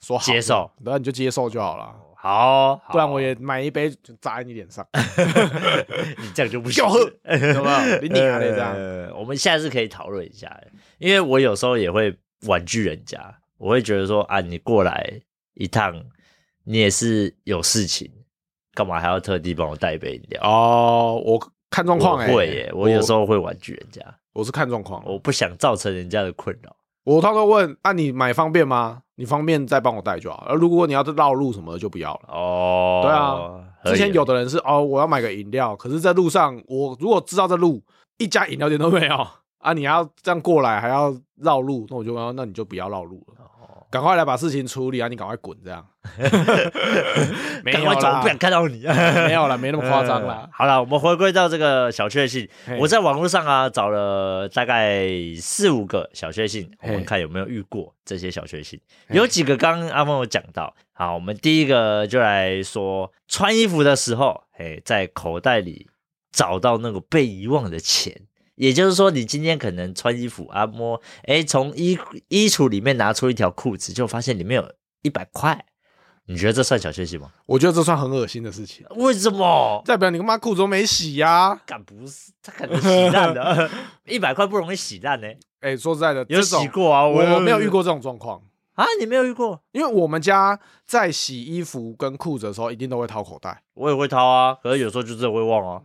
[SPEAKER 2] 说好
[SPEAKER 1] 接受，
[SPEAKER 2] 对啊，你就接受就好了。
[SPEAKER 1] 好哦，好哦
[SPEAKER 2] 不然我也买一杯就砸在你 脸上，
[SPEAKER 1] 你这样就不行
[SPEAKER 2] 给我喝，
[SPEAKER 1] 有
[SPEAKER 2] 有没有你娘嘞这 样
[SPEAKER 1] 呃我们下次可以讨论一下，因为我有时候也会婉拒人家，我会觉得说啊，你过来一趟，你也是有事情，干嘛还要特地帮我带一杯饮料？
[SPEAKER 2] 哦，我看状况
[SPEAKER 1] 我
[SPEAKER 2] 哎、
[SPEAKER 1] 会耶，我有时候会婉拒人家，
[SPEAKER 2] 我是看状况，
[SPEAKER 1] 我不想造成人家的困扰。
[SPEAKER 2] 我通常问啊，你买方便吗？你方便再帮我带就好。而如果你要是绕路什么的就不要了。
[SPEAKER 1] 哦，
[SPEAKER 2] 对啊
[SPEAKER 1] 合理，
[SPEAKER 2] 之前有的人是哦，我要买个饮料，可是在路上我如果知道这路一家饮料店都没有 啊，你要这样过来还要绕路，那我就说那你就不要绕路了，
[SPEAKER 1] 哦
[SPEAKER 2] 赶快来把事情处理啊，你赶快滚这 样。没
[SPEAKER 1] 赶
[SPEAKER 2] 有
[SPEAKER 1] 快走，我
[SPEAKER 2] 啦
[SPEAKER 1] 不，想看到你。
[SPEAKER 2] 没有啦，没那么夸张啦
[SPEAKER 1] 呃。好了，我们回归到这个小确幸
[SPEAKER 2] 嘿。
[SPEAKER 1] 我在网络上啊找了大概四五个小确幸，我
[SPEAKER 2] 嘿
[SPEAKER 1] 们看有没有遇过这些小确幸。有几个刚刚阿峰有讲到。好，我们第一个就来说穿衣服的时候，嘿，在口袋里找到那个被遗忘的钱。也就是说，你今天可能穿衣服啊摸，哎，从衣衣橱里面拿出一条裤子，就发现里面有一百块，你觉得这算小确幸吗？
[SPEAKER 2] 我觉得这算很恶心的事情，
[SPEAKER 1] 为什么？
[SPEAKER 2] 代表你他妈裤子都没洗呀。
[SPEAKER 1] 敢不是？他可能洗烂 的，一百块不容易洗烂呢、
[SPEAKER 2] 哎，说实在的，
[SPEAKER 1] 有
[SPEAKER 2] 这种
[SPEAKER 1] 洗过啊？
[SPEAKER 2] 我
[SPEAKER 1] 我
[SPEAKER 2] 我没有遇过这种状况。
[SPEAKER 1] 啊，你没有遇过？
[SPEAKER 2] 因为我们家在洗衣服跟裤子的时候，一定都会掏口袋。
[SPEAKER 1] 我也会掏啊，可是有时候就真的会忘啊。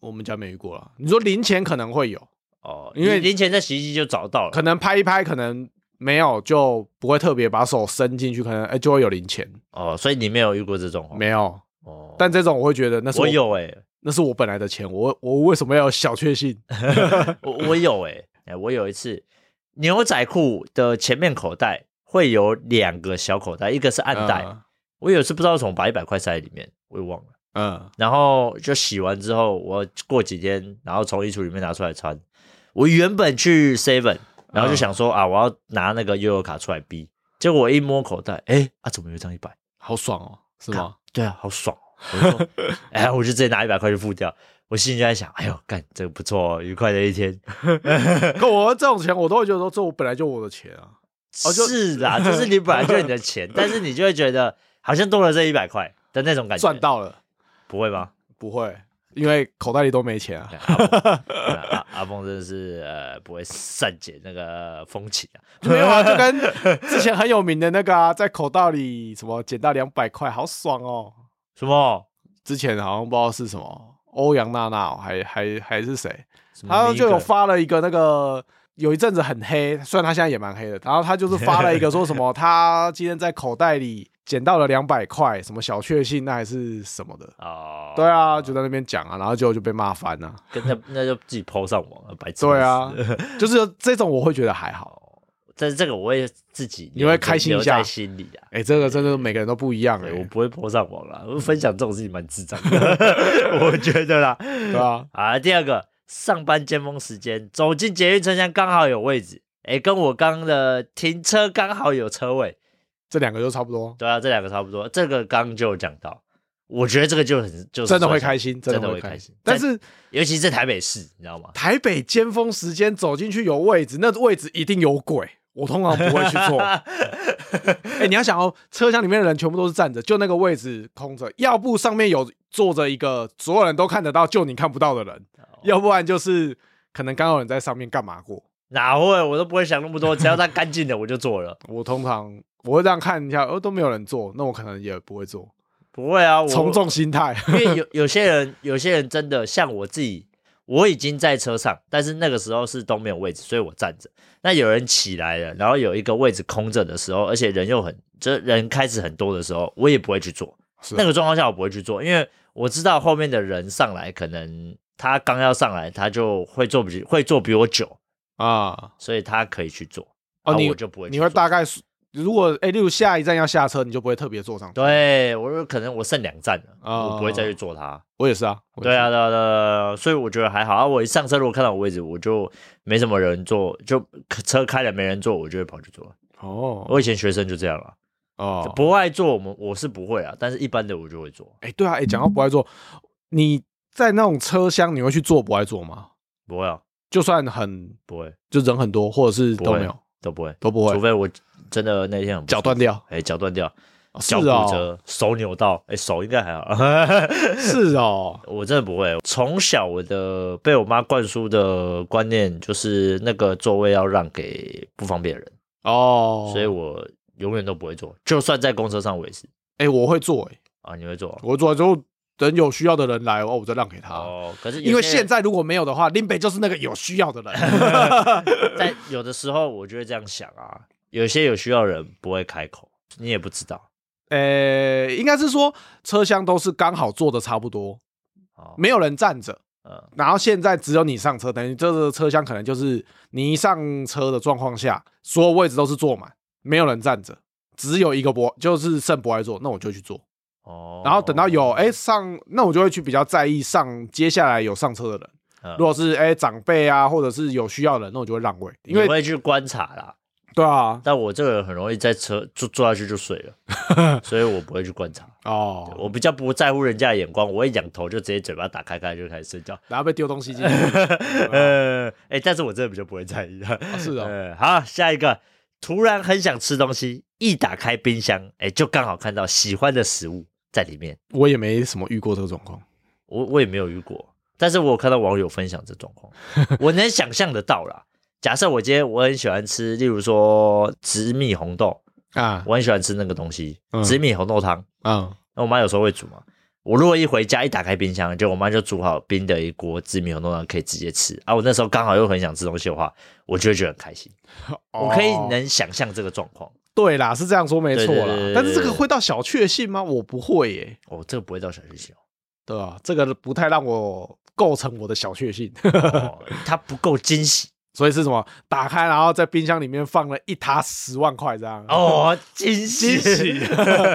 [SPEAKER 2] 我们家没遇过啦。你说零钱可能会有，
[SPEAKER 1] 哦，
[SPEAKER 2] 因为
[SPEAKER 1] 你零钱在洗衣机就找到了
[SPEAKER 2] 可能拍一拍，可能没有，就不会特别把手伸进去，可能哎、就会有零钱。
[SPEAKER 1] 哦，所以你没有遇过这种哦
[SPEAKER 2] 没有，
[SPEAKER 1] 哦，
[SPEAKER 2] 但这种我会觉得那是
[SPEAKER 1] 我有哎、
[SPEAKER 2] 那是我本来的钱，我我为什么要有小确幸？
[SPEAKER 1] 我我有哎、欸，哎，我有一次牛仔裤的前面口袋会有两个小口袋，一个是暗袋，
[SPEAKER 2] 啊
[SPEAKER 1] 我有一次不知道怎么把一百块塞在里面，我也忘了。
[SPEAKER 2] 嗯，
[SPEAKER 1] 然后就洗完之后，我过几天，然后从衣橱里面拿出来穿。我原本去 Seven，然
[SPEAKER 2] 嗯
[SPEAKER 1] 后就想说、啊，我要拿那个悠游卡出来逼，结果我一摸口袋，哎，啊，怎么有一张一百？
[SPEAKER 2] 好爽哦，是吗？
[SPEAKER 1] 对啊，好爽哦！我就 说，哎，我就直接拿一百块去付掉。我心里就在想，哎呦，干，这个不错哦，愉快的一天。
[SPEAKER 2] 可我这种钱，我都会觉得说，这我本来就我的钱啊。哦就是
[SPEAKER 1] 啦，这是你本来就是你的 钱，但是你就会觉得好像多了这一百块的那种感觉。
[SPEAKER 2] 赚到了，
[SPEAKER 1] 不会 吗？
[SPEAKER 2] 不会，因为口袋里都没钱啊。
[SPEAKER 1] 阿峰阿阿峰真的是呃不会善解那个风情啊。
[SPEAKER 2] 没有啊，就跟之前很有名的那个啊，在口袋里什么捡到两百块，好爽哦。
[SPEAKER 1] 什么？
[SPEAKER 2] 之前好像不知道是什么欧阳娜娜哦、还还还是谁，
[SPEAKER 1] 什么
[SPEAKER 2] 他就有
[SPEAKER 1] Megan？
[SPEAKER 2] 发嗯了一个那个。有一阵子很黑，虽然他现在也蛮黑的，然后他就是发了一个说什 么，他今天在口袋里捡到了两百块，什么小确幸那还是什么的，
[SPEAKER 1] 哦，
[SPEAKER 2] 对，啊，就在那边讲啊，然后结果就被骂翻 了、
[SPEAKER 1] 跟那那就自己抛上网了，白痴。
[SPEAKER 2] 对 啊，就是这种我会觉得还好，
[SPEAKER 1] 但是这个我会自己
[SPEAKER 2] 你会开心一下
[SPEAKER 1] 留在心里啊。
[SPEAKER 2] 哎、这个真的每个人都不一样哎、
[SPEAKER 1] 对，我不会抛上网啦，我分享这种事情蛮智障 的，我觉得啦。
[SPEAKER 2] 对啊，
[SPEAKER 1] 啊，第二个，上班尖峰时间走进捷运车厢刚好有位置，哎，跟我刚刚的停车刚好有车位，
[SPEAKER 2] 这两个就差不多，
[SPEAKER 1] 对啊，这两个差不多。这个刚就有讲到，我觉得这个就很就是
[SPEAKER 2] 真的会
[SPEAKER 1] 算
[SPEAKER 2] 开心，
[SPEAKER 1] 真
[SPEAKER 2] 真
[SPEAKER 1] 的会
[SPEAKER 2] 的会
[SPEAKER 1] 开
[SPEAKER 2] 开
[SPEAKER 1] 心
[SPEAKER 2] 心。但是
[SPEAKER 1] 尤其是台北市，你知道吗？
[SPEAKER 2] 台北尖峰时间走进去有位置，那位置一定有鬼，我通常不会去 坐。哎、你要想哦，车厢里面的人全部都是站着，就那个位置空着，要不上面有坐着一个
[SPEAKER 1] 哦
[SPEAKER 2] 所有人都看得到，就你看不到的人，要不然就是可能刚好有人在上面干嘛过。
[SPEAKER 1] 哪会？我都不会想那么多，只要它干净的我就做了。
[SPEAKER 2] 我通常我会这样看一下，哦，都没有人做，那我可能也不会做，
[SPEAKER 1] 不会啊，我
[SPEAKER 2] 从众心态。
[SPEAKER 1] 因为有 有些人，有些人真的像我自己，我已经在车上，但是那个时候是都没有位置，所以我站着。那有人起来了，然后有一个位置空着的时候，而且人又很，就是人开始很多的时候，我也不会去做。
[SPEAKER 2] 是
[SPEAKER 1] 那个状况下我不会去做，因为我知道后面的人上来，可能他刚要上来，他就会做比会做比我久，
[SPEAKER 2] 啊，
[SPEAKER 1] 所以他可以去做。
[SPEAKER 2] 哦，
[SPEAKER 1] 啊
[SPEAKER 2] 你
[SPEAKER 1] 我就不会去
[SPEAKER 2] 你会
[SPEAKER 1] 做
[SPEAKER 2] 大概如果哎，例如下一站要下车，你就不会特别坐上去。
[SPEAKER 1] 对我有可能我剩两站了，
[SPEAKER 2] 哦
[SPEAKER 1] 我不会再去做它。
[SPEAKER 2] 我也是啊，我也
[SPEAKER 1] 对
[SPEAKER 2] 是
[SPEAKER 1] 啊，，对啊，对啊，对啊所以我觉得还好啊。我一上车如果看到我位置，我就没什么人坐，就车开了没人坐，我就会跑去坐。
[SPEAKER 2] 哦
[SPEAKER 1] 我以前学生就这样了，
[SPEAKER 2] 哦，
[SPEAKER 1] 不爱坐我们我是不会啊，但是一般的我就会坐，
[SPEAKER 2] 哎，对啊，哎，讲到不爱坐，你在那种车厢你会去坐不爱坐吗？
[SPEAKER 1] 不会啊，
[SPEAKER 2] 就算很
[SPEAKER 1] 不会
[SPEAKER 2] 就人很多，或者是
[SPEAKER 1] 不
[SPEAKER 2] 都
[SPEAKER 1] 会
[SPEAKER 2] 没有
[SPEAKER 1] 都不会，
[SPEAKER 2] 都不
[SPEAKER 1] 除
[SPEAKER 2] 会
[SPEAKER 1] 非我真的那天很不
[SPEAKER 2] 脚 断掉，
[SPEAKER 1] 哎脚断掉，
[SPEAKER 2] 哦是
[SPEAKER 1] 脚骨
[SPEAKER 2] 哦，
[SPEAKER 1] 折，手扭到，哎手应该还好。
[SPEAKER 2] 是哦，
[SPEAKER 1] 我真的不会。从小我的被我妈灌输的观念就是那个座位要让给不方便的人，
[SPEAKER 2] 哦，
[SPEAKER 1] 所以我永远都不会坐。就算在公车上我也是
[SPEAKER 2] 哎，我会坐，哎，
[SPEAKER 1] 啊，你会坐
[SPEAKER 2] 我会坐之后等有需要的人来哦，我再让给他。
[SPEAKER 1] 哦。可是有
[SPEAKER 2] 因为
[SPEAKER 1] 些
[SPEAKER 2] 现
[SPEAKER 1] 人
[SPEAKER 2] 在如果没有的话，林北就是那个有需要的人。
[SPEAKER 1] 在有的时候我就会这样想啊，有些有需要的人不会开口，你也不知道
[SPEAKER 2] 呃，应该是说车厢都是刚好坐的差不多，
[SPEAKER 1] 哦。
[SPEAKER 2] 没有人站着。
[SPEAKER 1] 嗯
[SPEAKER 2] 然后现在只有你上车，等于这个车厢可能就是你一上车的状况下，所有位置都是坐满，没有人站着，只有一个博就是剩博爱坐，那我就去坐。
[SPEAKER 1] 哦，
[SPEAKER 2] 然后等到有哎上，那我就会去比较在意上接下来有上车的人。
[SPEAKER 1] 嗯
[SPEAKER 2] 如果是哎长辈啊，或者是有需要的人，那我就会让位，因为
[SPEAKER 1] 你会去观察啦，
[SPEAKER 2] 对啊，
[SPEAKER 1] 但我这个人很容易在车坐坐下去就睡了， 所以我不会去观察。
[SPEAKER 2] 哦，
[SPEAKER 1] 我比较不在乎人家的眼光，我一仰头就直接嘴巴打开开就开始睡 觉。
[SPEAKER 2] 然后被丢东西进去。
[SPEAKER 1] 呃，哎、但是我真的比较不会在意啊。
[SPEAKER 2] 是哦
[SPEAKER 1] 呃，好，下一个，突然很想吃东西，一打开冰箱，哎、就刚好看到喜欢的食物在里面。
[SPEAKER 2] 我也没什么遇过这个状况。
[SPEAKER 1] 我我也没有遇过，但是我有看到网友分享这状况， 我能想象得到啦。假设我今天我很喜欢吃，例如说紫米红豆，
[SPEAKER 2] 啊，
[SPEAKER 1] 我很喜欢吃那个东西，
[SPEAKER 2] 嗯
[SPEAKER 1] 紫米红豆汤。
[SPEAKER 2] 嗯，
[SPEAKER 1] 那我妈有时候会煮嘛。我如果一回家一打开冰箱，就我妈就煮好冰的一锅紫米红豆汤，可以直接吃啊。我那时候刚好又很想吃东西的话，我就会觉得很开心。我可以
[SPEAKER 2] 哦
[SPEAKER 1] 能想象这个状况。
[SPEAKER 2] 对啦，是这样说没错
[SPEAKER 1] 对对对
[SPEAKER 2] 啦
[SPEAKER 1] 对。
[SPEAKER 2] 但是这个会到小确幸吗？我不会耶、
[SPEAKER 1] 哦，这个不会到小确幸
[SPEAKER 2] 对啊，这个不太让我构成我的小确幸，
[SPEAKER 1] 哦，哦它不够惊喜
[SPEAKER 2] 所以是什么？打开然后在冰箱里面放了一沓十万块这样。，
[SPEAKER 1] 哦，惊喜
[SPEAKER 2] 惊喜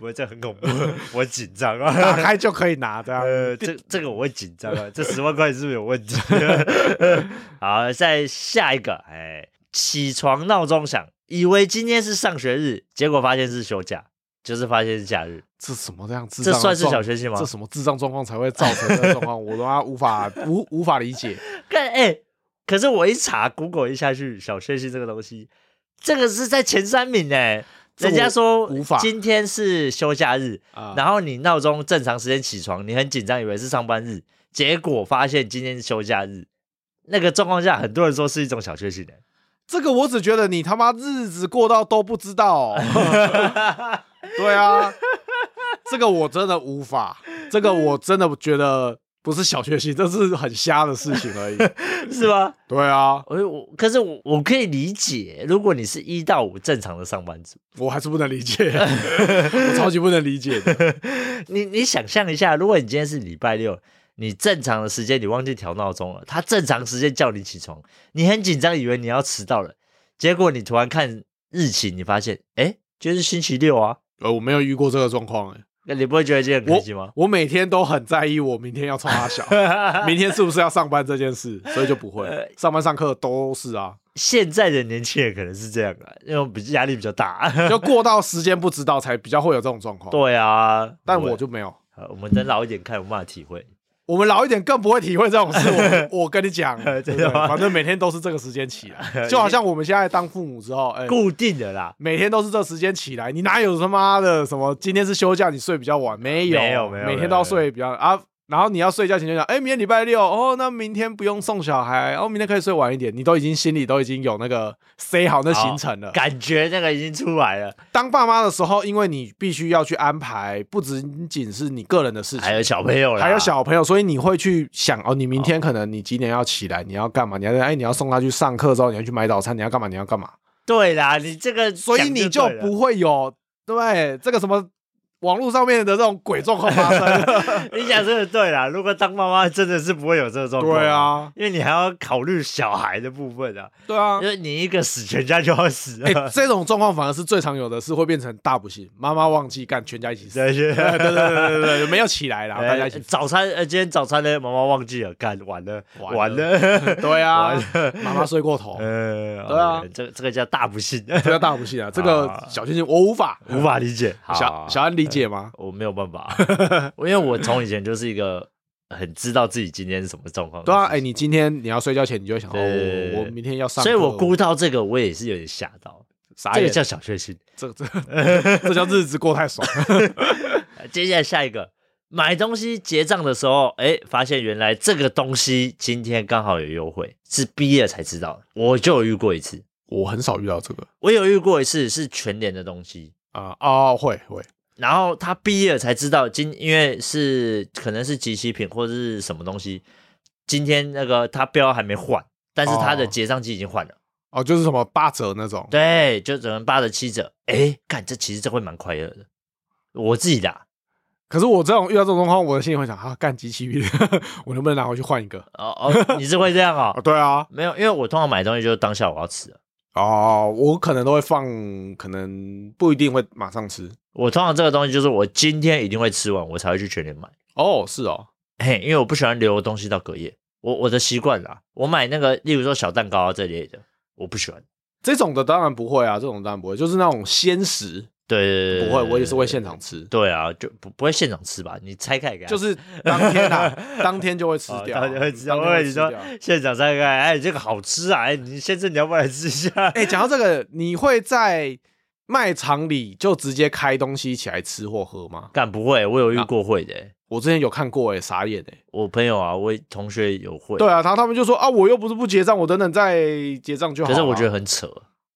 [SPEAKER 1] 我这很恐怖，我紧张
[SPEAKER 2] 打
[SPEAKER 1] 啊。
[SPEAKER 2] 开就可以拿这样。
[SPEAKER 1] 呃，这这个我会紧张啊，这十万块是不是有问 题？ 好，再下一个，哎，起床闹钟响，以为今天是上学日，结果发现是休假，就是发现是假日，
[SPEAKER 2] 这什么这样智
[SPEAKER 1] 这
[SPEAKER 2] 障的
[SPEAKER 1] 算
[SPEAKER 2] 状？
[SPEAKER 1] 是小确幸吗
[SPEAKER 2] 这？什么智障状况才会造成这个状况？我都妈无法无无法理解。
[SPEAKER 1] 看，哎，可是我一查 Google 一下去，小确幸这个东西，这个是在前三名哎。
[SPEAKER 2] 这
[SPEAKER 1] 人家
[SPEAKER 2] 我
[SPEAKER 1] 说
[SPEAKER 2] 无法
[SPEAKER 1] 今天是休假日，
[SPEAKER 2] 啊
[SPEAKER 1] 然后你闹钟正常时间起床，你很紧张，以为是上班日，结果发现今天是休假日。那个状况下，很多人说是一种小确幸的、
[SPEAKER 2] 这个我只觉得你他妈日子过到都不知 道、对啊，这个我真的无法，这个我真的觉得不是小确幸，这是很瞎的事情而已。
[SPEAKER 1] 是 吗？
[SPEAKER 2] 对啊，
[SPEAKER 1] 我我可是我我可以理解，如果你是一到五正常的上班族，
[SPEAKER 2] 我还是不能理 解，我超级不能理解的。
[SPEAKER 1] 你你想象一下，如果你今天是礼拜六，你正常的时间你忘记调闹钟了，他正常时间叫你起床，你很紧张，以为你要迟到了，结果你突然看日期，你发现哎，就是星期六啊，
[SPEAKER 2] 呃，我没有遇过这个状况、欸，
[SPEAKER 1] 那你不会觉得今天很开心吗？
[SPEAKER 2] 我每天都很在意我明天要冲他小，明天是不是要上班这件事，所以就不
[SPEAKER 1] 呃
[SPEAKER 2] 会上班上课都是啊，
[SPEAKER 1] 现在的年轻人可能是这样啊，因为比压力比较大。
[SPEAKER 2] 就过到时间不知道才比较会有这种状况。
[SPEAKER 1] 对啊，
[SPEAKER 2] 但
[SPEAKER 1] 不会
[SPEAKER 2] 我就没有。
[SPEAKER 1] 呃我们等老一点看，我们慢慢体会。
[SPEAKER 2] 我们老一点更不会体会这种 事。我我跟你讲，对不
[SPEAKER 1] 真的
[SPEAKER 2] 对
[SPEAKER 1] 吗
[SPEAKER 2] 反正每天都是这个时间起 来，就好像我们现在当父母之后，哎、
[SPEAKER 1] 固定的啦，
[SPEAKER 2] 每天都是这时间起来，你哪有他妈的什么今天是休假，你睡比较晚？没有，
[SPEAKER 1] 没有没有
[SPEAKER 2] 每天都要睡比较啊。然后你要睡觉前就想，哎、明天礼拜六哦，那明天不用送小孩，哦，明天可以睡晚一点，你都已经心里都已经有那个塞好那行程了。
[SPEAKER 1] 感觉那个已经出来了，
[SPEAKER 2] 当爸妈的时候，因为你必须要去安排，不仅仅是你个人的事情
[SPEAKER 1] 还，有小朋友啦，
[SPEAKER 2] 还有小朋友，所以你会去想哦，你明天可能你几点要起来，你要干嘛？你要哎，你要送他去上课之后，你要去买早餐，你要干嘛？你要干嘛？
[SPEAKER 1] 对啦，你这个
[SPEAKER 2] 所以
[SPEAKER 1] 讲
[SPEAKER 2] 你
[SPEAKER 1] 就
[SPEAKER 2] 就
[SPEAKER 1] 对了
[SPEAKER 2] 不会有对这个什么网络上面的这种鬼状况发生。
[SPEAKER 1] 你讲这个对啦，如果当妈妈真的是不会有这个状况，
[SPEAKER 2] 对，啊，
[SPEAKER 1] 因为你还要考虑小孩的部分啊，
[SPEAKER 2] 对啊
[SPEAKER 1] 因，为你一个死，全家就要死
[SPEAKER 2] 哎、
[SPEAKER 1] 了，
[SPEAKER 2] 这种状况反而是最常有的，是会变成大不幸，妈妈忘记干，全家一起死。
[SPEAKER 1] 对对
[SPEAKER 2] 对对对对对对，没有起来啦，大家一起
[SPEAKER 1] 哎早餐，呃，今天早餐呢，妈妈忘记了，干完了，
[SPEAKER 2] 完
[SPEAKER 1] 完了，
[SPEAKER 2] 对啊
[SPEAKER 1] 完，了，
[SPEAKER 2] 妈妈睡过头，
[SPEAKER 1] 呃，
[SPEAKER 2] 对啊
[SPEAKER 1] 这个这个叫大不幸，
[SPEAKER 2] 这叫大不幸啊！这个小星星我无法，
[SPEAKER 1] 无法理解。好
[SPEAKER 2] 小小安理解吗？
[SPEAKER 1] 我没有办 法，因为我从以前就是一个很知道自己今天是什么状况的
[SPEAKER 2] 对啊，
[SPEAKER 1] 人，
[SPEAKER 2] 哎、你今天你要睡觉前，你就会想，哦，
[SPEAKER 1] 对对哦对对
[SPEAKER 2] 我明天要上
[SPEAKER 1] 所
[SPEAKER 2] 课，
[SPEAKER 1] 以我估到这个，我也是有点吓到。
[SPEAKER 2] 傻
[SPEAKER 1] 这个
[SPEAKER 2] 眼，
[SPEAKER 1] 叫小确幸。
[SPEAKER 2] 这这这叫日子过 太爽。
[SPEAKER 1] 呃接下来下一个，买东西结账的时候，哎，发现原来这个东西今天刚好有优惠，是毕业才知道的。我就有遇过一次，
[SPEAKER 2] 我很少遇到这个
[SPEAKER 1] 我有遇过一次是全年的东西，
[SPEAKER 2] 啊、哦，会会，
[SPEAKER 1] 然后他毕业才知道今，因为是可能是集齐品或者是什么东西，今天那个他标还没换，但是他的
[SPEAKER 2] 哦
[SPEAKER 1] 结账机已经换了，
[SPEAKER 2] 哦，就是什么八折那种，
[SPEAKER 1] 对，就只能八折七折。哎，干这其实这会蛮快乐的，我自己啊打。
[SPEAKER 2] 可是我这种遇到这种状况，我的心里会想啊，干机器鱼， 我能不能拿回去换一个？
[SPEAKER 1] 哦哦，你是会这样哦
[SPEAKER 2] 啊，？对啊，
[SPEAKER 1] 没有，因为我通常买东西就是当下我要吃啊的，
[SPEAKER 2] 哦，我可能都会放，可能不一定会马上吃。
[SPEAKER 1] 我通常这个东西就是我今天一定会吃完，我才会去全联买。
[SPEAKER 2] 哦，是哦，
[SPEAKER 1] 嘿，因为我不喜欢留东西到隔夜，我我的习惯啦。我买那个，例如说小蛋糕啊这类的，我不喜欢。
[SPEAKER 2] 这种的当然不会啊，这种当然不会，就是那种鲜食
[SPEAKER 1] 对对对
[SPEAKER 2] 不
[SPEAKER 1] 对
[SPEAKER 2] 会，我也是会现场吃，
[SPEAKER 1] 对啊，就不不会现场吃吧？你拆开给他
[SPEAKER 2] 就是当 天啊，当天就会吃
[SPEAKER 1] 哦
[SPEAKER 2] 掉啊，
[SPEAKER 1] 当天会吃掉
[SPEAKER 2] 当
[SPEAKER 1] 我
[SPEAKER 2] 天
[SPEAKER 1] 以
[SPEAKER 2] 会
[SPEAKER 1] 为你
[SPEAKER 2] 吃
[SPEAKER 1] 说
[SPEAKER 2] 掉。
[SPEAKER 1] 现场拆开，哎，这个好吃啊！哎，你先生你要不要来吃一下？
[SPEAKER 2] 哎，讲到这个，你会在卖场里就直接开东西起来吃或喝吗？
[SPEAKER 1] 干不会，我有
[SPEAKER 2] 啊
[SPEAKER 1] 遇过会的、欸
[SPEAKER 2] 我之前有看过，哎，傻眼哎。
[SPEAKER 1] 我朋友啊，我同学有会，
[SPEAKER 2] 对啊，然后他们就说啊，我又不是不结账，我等等再结账就好
[SPEAKER 1] 可
[SPEAKER 2] 了。啊
[SPEAKER 1] 是我觉得，很扯。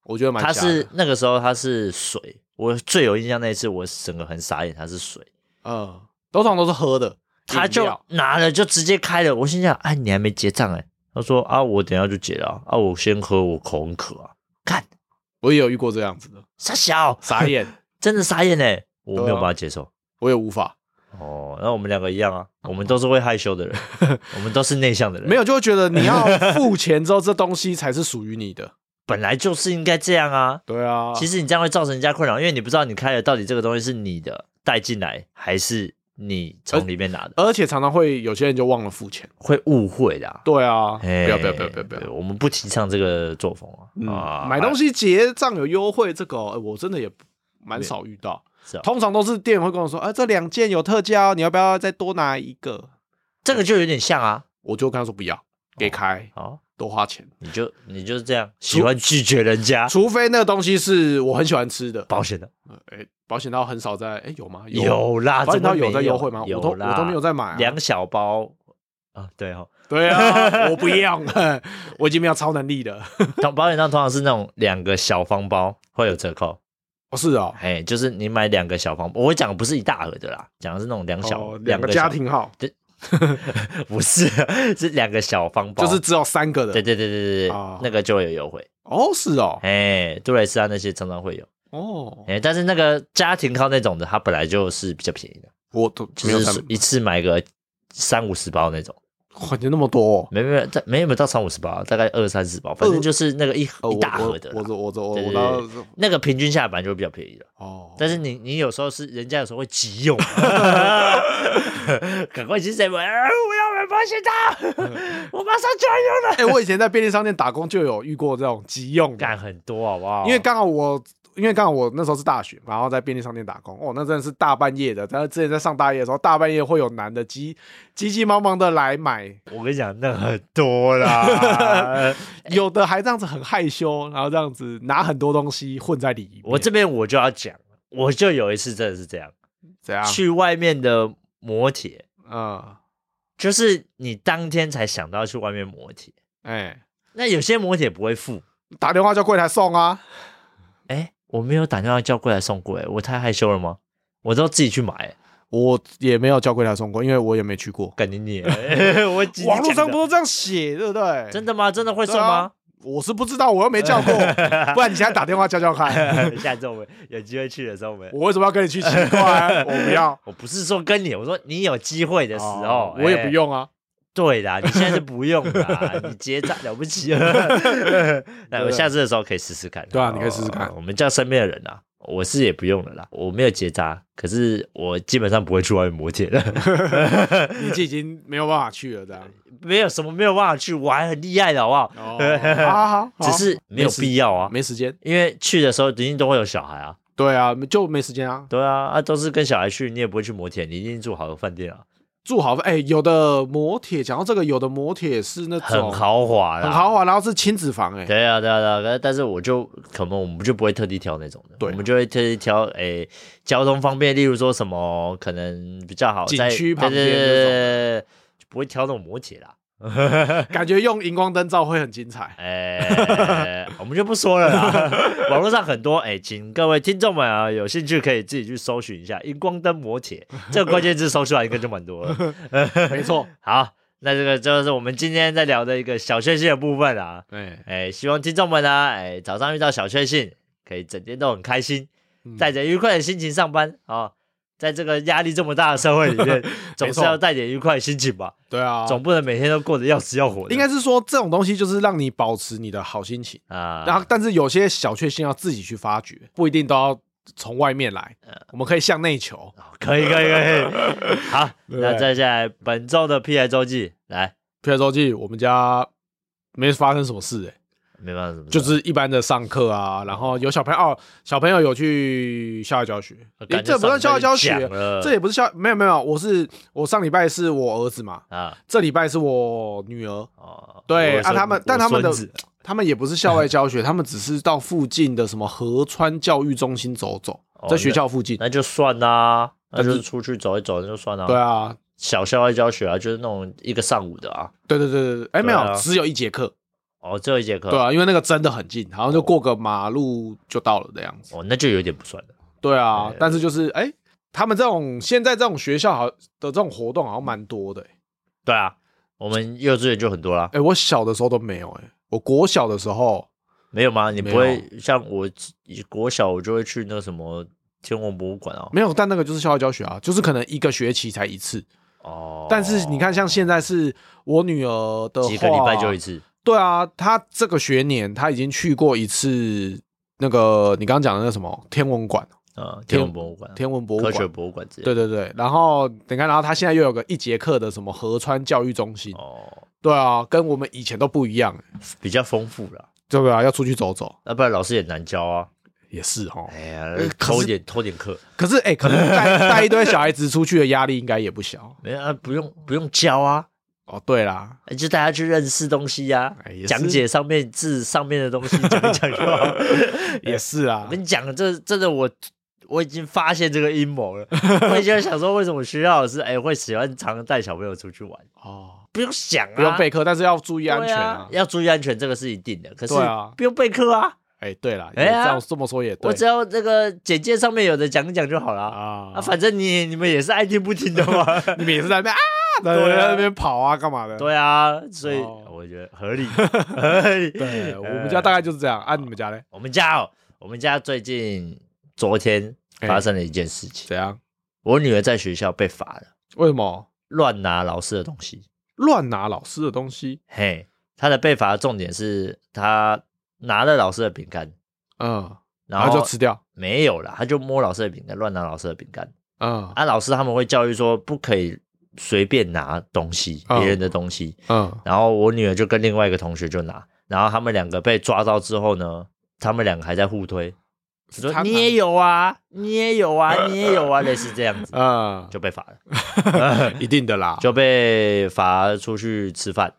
[SPEAKER 2] 我觉得蛮
[SPEAKER 1] 他
[SPEAKER 2] 假的
[SPEAKER 1] 是那个时候他是水，我最有印象那一次，我整个很傻眼，他是水，
[SPEAKER 2] 嗯，通常都是喝的，
[SPEAKER 1] 他
[SPEAKER 2] 饮
[SPEAKER 1] 就
[SPEAKER 2] 料
[SPEAKER 1] 拿了就直接开了，我心想，哎，你还没结账哎，他说啊，我等一下就结了啊，啊我先喝，我口很渴啊，看
[SPEAKER 2] 我也有遇过这样子的，
[SPEAKER 1] 傻小，
[SPEAKER 2] 傻眼，
[SPEAKER 1] 真的傻眼哎，我没
[SPEAKER 2] 对
[SPEAKER 1] 有
[SPEAKER 2] 啊
[SPEAKER 1] 办法接受。
[SPEAKER 2] 我也无法，
[SPEAKER 1] 哦，那我们两个一样啊，我们都是会害羞 的人，我们都是内向的人，
[SPEAKER 2] 没有就会觉得你要付钱之后，这东西才是属于你的。
[SPEAKER 1] 本来就是应该这样啊。
[SPEAKER 2] 对啊，
[SPEAKER 1] 其实你这样会造成人家困扰，因为你不知道你开的到底这个东西是你的带进来，还是你从里面拿的，
[SPEAKER 2] 而且常常会有些人就忘了付钱。
[SPEAKER 1] 会误会的、啊。
[SPEAKER 2] 对啊，不
[SPEAKER 1] 哎
[SPEAKER 2] 要不要不要不要不
[SPEAKER 1] 对
[SPEAKER 2] 要。
[SPEAKER 1] 我们不提倡这个作风啊。啊
[SPEAKER 2] 嗯，买东西结账有优惠，这个哦哎我真的也蛮少遇到
[SPEAKER 1] 是哦，
[SPEAKER 2] 通常都是店员会跟我说，啊，这两件有特价哦，你要不要再多拿一个？
[SPEAKER 1] 这个就有点像啊。
[SPEAKER 2] 我就跟他说不要，给开，
[SPEAKER 1] 哦，
[SPEAKER 2] 多花钱。
[SPEAKER 1] 你就你就是这样，喜欢拒绝人家
[SPEAKER 2] 除非那个东西是我很喜欢吃的，
[SPEAKER 1] 保险的
[SPEAKER 2] 哎，保险套很少在，哎，有吗？
[SPEAKER 1] 有啦，
[SPEAKER 2] 保险套
[SPEAKER 1] 怎么没
[SPEAKER 2] 有在优惠吗？
[SPEAKER 1] 有
[SPEAKER 2] 我都
[SPEAKER 1] 啦，
[SPEAKER 2] 我都没有在买啊。
[SPEAKER 1] 两小包啊，对哦，
[SPEAKER 2] 对啊，我不用， 我已经没有超能力了。
[SPEAKER 1] 通保险套通常是那种两个小方包会有折扣，
[SPEAKER 2] 哦，是哦，
[SPEAKER 1] 哎，就是你买两个小方，我讲的不是一大盒的啦，讲的是那种两小
[SPEAKER 2] 哦两
[SPEAKER 1] 个
[SPEAKER 2] 个
[SPEAKER 1] 小
[SPEAKER 2] 家庭号，
[SPEAKER 1] 不是，是两个小方包，
[SPEAKER 2] 就是只有三个
[SPEAKER 1] 哦对
[SPEAKER 2] 的。
[SPEAKER 1] 对对对对，
[SPEAKER 2] 哦
[SPEAKER 1] 那个就会有优惠。
[SPEAKER 2] 哦，是哦，
[SPEAKER 1] 哎，杜蕾斯啊那些常常会有，
[SPEAKER 2] 哦，
[SPEAKER 1] 哎，但是那个家庭靠那种的，它本来就是比较便宜的，
[SPEAKER 2] 我都没
[SPEAKER 1] 就
[SPEAKER 2] 有
[SPEAKER 1] 是
[SPEAKER 2] 三，
[SPEAKER 1] 一次买个三五十包那种，
[SPEAKER 2] 哇，你那么多哦。
[SPEAKER 1] 没没有，没有没有到三五十包，大概二三十包，反正就是那个一
[SPEAKER 2] 哦
[SPEAKER 1] 一大盒的啦
[SPEAKER 2] 我，我我我我
[SPEAKER 1] 对
[SPEAKER 2] 我
[SPEAKER 1] 对
[SPEAKER 2] 到
[SPEAKER 1] 对那个平均下来本来就比较便宜了。
[SPEAKER 2] 哦，
[SPEAKER 1] 但是你你有时候是人家有时候会急 用，赶快去谁买？啊我要买保险套，我马上就要用了。
[SPEAKER 2] 哎，我以前在便利商店打工就有遇过这种急用的，
[SPEAKER 1] 干哦很多好不好？
[SPEAKER 2] 因为刚好我。因为刚好我那时候是大学，然后在便利商店打工，哦，那真的是大半夜的。但是之前在上大一的时候，大半夜会有男的急急急忙忙的来买，
[SPEAKER 1] 我跟你讲，那很多 啦。
[SPEAKER 2] 有的还这样子很害羞，然后这样子拿很多东西混在里面。
[SPEAKER 1] 我这边我就要讲，
[SPEAKER 2] 啊
[SPEAKER 1] 我就有一次真的是这样，
[SPEAKER 2] 怎样？
[SPEAKER 1] 去外面的摩铁，
[SPEAKER 2] 嗯，
[SPEAKER 1] 就是你当天才想到去外面磨铁，
[SPEAKER 2] 哎，
[SPEAKER 1] 那有些磨铁不会付。
[SPEAKER 2] 打电话叫柜台送啊，
[SPEAKER 1] 哎、我没有打电话叫过来送过、哎，我太害羞了吗？我都自己去买、哎
[SPEAKER 2] 我也没有叫柜台送过，因为我也没去过。
[SPEAKER 1] 干你 你，哎我几
[SPEAKER 2] 网络上
[SPEAKER 1] 讲的
[SPEAKER 2] 不都这样写，对不对？
[SPEAKER 1] 真的吗？真的会送
[SPEAKER 2] 对啊
[SPEAKER 1] 吗？
[SPEAKER 2] 我是不知道，我又没叫 过，不然你现在打电话叫叫看。
[SPEAKER 1] 下次我们有机会去的时候，我们
[SPEAKER 2] 我为什么要跟你去奇怪？我不 要。
[SPEAKER 1] 我不是说跟你，我说你有机会的时候，
[SPEAKER 2] 哦我也
[SPEAKER 1] 哎
[SPEAKER 2] 不用 啊。
[SPEAKER 1] 对啦，你现在 是不用啦，你结账了不起了。那我下次的时候可以试试看。
[SPEAKER 2] 啊对啊你可以试试看
[SPEAKER 1] 哦我们叫身边的人啊，我是也不用了啦，我没有结扎，可是我基本上不会去外面磨铁的，
[SPEAKER 2] 年纪已经没有办法去了，这样。
[SPEAKER 1] 没有什么没有办法去，我还很厉害的好不好？
[SPEAKER 2] 哦，好好好，
[SPEAKER 1] 只是没有必要啊，
[SPEAKER 2] 哦没时间。
[SPEAKER 1] 因为去的时候一定都会有小孩啊。
[SPEAKER 2] 对啊，就没时间啊。
[SPEAKER 1] 对啊，啊都是跟小孩去，你也不会去磨铁，你一定住好的饭店啊，
[SPEAKER 2] 住好饭，哎、有的摩铁，讲到这个，有的摩铁是那种
[SPEAKER 1] 很豪华啦，
[SPEAKER 2] 很豪华，然后是亲子房、哎，
[SPEAKER 1] 对啊，对啊，对啊，可是但是我就可能我们就不会特地挑那种的，
[SPEAKER 2] 对啊
[SPEAKER 1] 我们就会特地挑诶、交通方便，例如说什么可能比较好
[SPEAKER 2] 景
[SPEAKER 1] 在
[SPEAKER 2] 区旁边
[SPEAKER 1] 对对
[SPEAKER 2] 那种
[SPEAKER 1] 对对对就不会挑那种摩铁啦。
[SPEAKER 2] 感觉用荧光灯照会很精彩。
[SPEAKER 1] 诶、 我们就不说了 啦。网络上很多诶、请各位听众们啊，有兴趣可以自己去搜寻一下“荧光灯摩铁”这个关键字，搜出来应该就蛮多了。
[SPEAKER 2] 没错，
[SPEAKER 1] 好，那这个就是我们今天在聊的一个小确幸的部分啊。
[SPEAKER 2] 哎、
[SPEAKER 1] 哎，希望听众们呢，哎，早上遇到小确幸，可以整天都很开心，
[SPEAKER 2] 嗯
[SPEAKER 1] 带着愉快的心情上班啊、哦在这个压力这么大的社会里 面，总是要带点愉快的心情吧，
[SPEAKER 2] 对啊，
[SPEAKER 1] 总不能每天都过得要死要活的。
[SPEAKER 2] 应该是说这种东西就是让你保持你的好心情，
[SPEAKER 1] 啊，
[SPEAKER 2] 然后但是有些小确幸要自己去发掘，不一定都要从外面来，
[SPEAKER 1] 嗯
[SPEAKER 2] 我们可以向内求。
[SPEAKER 1] 可以可以 可以，好，
[SPEAKER 2] 对
[SPEAKER 1] 那再下来本周的 P I 周记来，
[SPEAKER 2] 譬如说，记我们家没发生什么事、哎。
[SPEAKER 1] 没办法，怎么
[SPEAKER 2] 就是一般的上课啊，然后有小朋友，哦、小朋友有去校外教学，
[SPEAKER 1] 呃
[SPEAKER 2] 诶、这不算校外教学，这也不是校，没有没有，我是我上礼拜是我儿子嘛，
[SPEAKER 1] 啊
[SPEAKER 2] 这礼拜是我女儿，
[SPEAKER 1] 哦，
[SPEAKER 2] 对
[SPEAKER 1] 我的
[SPEAKER 2] 啊他们
[SPEAKER 1] 孙
[SPEAKER 2] 但他们的
[SPEAKER 1] 我孙子
[SPEAKER 2] 他们也不是校外 教学，他们只是到附近的什么河川教育中心走走，
[SPEAKER 1] 哦
[SPEAKER 2] 在学校附近，
[SPEAKER 1] 那就算啦，那
[SPEAKER 2] 但
[SPEAKER 1] 就是是出去走一走那就算了，
[SPEAKER 2] 对，啊，
[SPEAKER 1] 小校外教学啊，就是那种一个上午的啊。
[SPEAKER 2] 对对对对对，哎、没
[SPEAKER 1] 对啊
[SPEAKER 2] 有，只有一节课，
[SPEAKER 1] 哦，最后一节课，
[SPEAKER 2] 对啊，因为那个真的很近，好像就过个马路就到了的样子。
[SPEAKER 1] 哦，那就有点不算了。
[SPEAKER 2] 对啊，但是就是哎、他们这种现在这种学校好的这种活动好像蛮多的、哎
[SPEAKER 1] 对啊，我们幼稚园就很多啦，
[SPEAKER 2] 哎、我小的时候都没有哎、我国小的时候，
[SPEAKER 1] 没有吗？你
[SPEAKER 2] 没
[SPEAKER 1] 不
[SPEAKER 2] 有
[SPEAKER 1] 会像我国小，我就会去那个什么天文博物馆哦。
[SPEAKER 2] 没有，但那个就是校外教学啊，就是可能一个学期才一次。
[SPEAKER 1] 哦，
[SPEAKER 2] 但是你看，像现在是我女儿的话，
[SPEAKER 1] 几个礼拜就一。次，
[SPEAKER 2] 对啊，她这个学年她已经去过一次那个你刚刚讲的那个什么天文馆、
[SPEAKER 1] 嗯，天
[SPEAKER 2] 天
[SPEAKER 1] 文博物馆、
[SPEAKER 2] 天文博物
[SPEAKER 1] 科学
[SPEAKER 2] 馆。
[SPEAKER 1] 博物馆之类的。
[SPEAKER 2] 对对对，然后你看，然后她现在又有个一节课的什么河川教育中心，
[SPEAKER 1] 哦，
[SPEAKER 2] 对啊，跟我们以前都不一样，
[SPEAKER 1] 比较丰富啦，
[SPEAKER 2] 对不对啊？要出去走走
[SPEAKER 1] 要不然老师也难教啊。
[SPEAKER 2] 也是哦。
[SPEAKER 1] 哎呀
[SPEAKER 2] 呃，可
[SPEAKER 1] 偷
[SPEAKER 2] 是
[SPEAKER 1] 点偷点课，
[SPEAKER 2] 可是哎、可能带带一堆小孩子出去的压力应该也不小
[SPEAKER 1] 没啊，不用不用教啊，哎
[SPEAKER 2] 哦。对啦，
[SPEAKER 1] 就大家去认识东西呀
[SPEAKER 2] 哎也，是
[SPEAKER 1] 讲解上面字上面的东西，讲一讲就好。
[SPEAKER 2] 也是啊
[SPEAKER 1] 我，跟你讲，这真的我我已经发现这个阴谋了。我以前想说，为什么学校老师哎、会喜欢常常带小朋友出去玩？
[SPEAKER 2] 哦，
[SPEAKER 1] 不用想啊，
[SPEAKER 2] 不用备课，但是要注意
[SPEAKER 1] 对
[SPEAKER 2] 安全
[SPEAKER 1] 啊
[SPEAKER 2] 啊，。
[SPEAKER 1] 要注意安全，这个是一定的。可是
[SPEAKER 2] 对啊
[SPEAKER 1] 不用备课啊，
[SPEAKER 2] 哎、对啦，
[SPEAKER 1] 哎
[SPEAKER 2] 哎、
[SPEAKER 1] 呀
[SPEAKER 2] 这样这么说也对
[SPEAKER 1] 我只要那个简介上面有的讲一讲就好了。啊
[SPEAKER 2] 啊
[SPEAKER 1] 反正你你们也是爱听不听的嘛。
[SPEAKER 2] 你们也是在那边啊，在
[SPEAKER 1] 对啊
[SPEAKER 2] 在那边跑啊，干嘛 的？
[SPEAKER 1] 对啊，所以
[SPEAKER 2] 哦
[SPEAKER 1] 我觉得合 理。合理
[SPEAKER 2] 对，我们
[SPEAKER 1] 呃
[SPEAKER 2] 家大概就是这样。啊，你们家嘞？
[SPEAKER 1] 我们家哦，我们家最近昨天
[SPEAKER 2] 哎
[SPEAKER 1] 发生了一件事情，
[SPEAKER 2] 怎样？
[SPEAKER 1] 我女儿在学校被罚了，
[SPEAKER 2] 为什么
[SPEAKER 1] 乱拿老师的东西。
[SPEAKER 2] 乱拿老师的东西？
[SPEAKER 1] 嘿，他的被罚的重点是他拿了老师的饼干，
[SPEAKER 2] 嗯，
[SPEAKER 1] 然
[SPEAKER 2] 然
[SPEAKER 1] 后
[SPEAKER 2] 后就吃掉。
[SPEAKER 1] 没有了，他就摸老师的饼干，乱拿老师的饼干。
[SPEAKER 2] 嗯
[SPEAKER 1] 啊，老师他们会教育说不可以随便拿东西，
[SPEAKER 2] 嗯
[SPEAKER 1] 别人的东西。
[SPEAKER 2] 嗯，
[SPEAKER 1] 然后我女儿就跟另外一个同学就拿，然后他们两个被抓到之后呢，他们两个还在互推，就说
[SPEAKER 2] 他
[SPEAKER 1] 你也有啊，你也有啊，你也有 啊，类似这样子
[SPEAKER 2] 嗯，
[SPEAKER 1] 就被罚了。
[SPEAKER 2] 一定的啦。
[SPEAKER 1] 就被罚出去吃饭，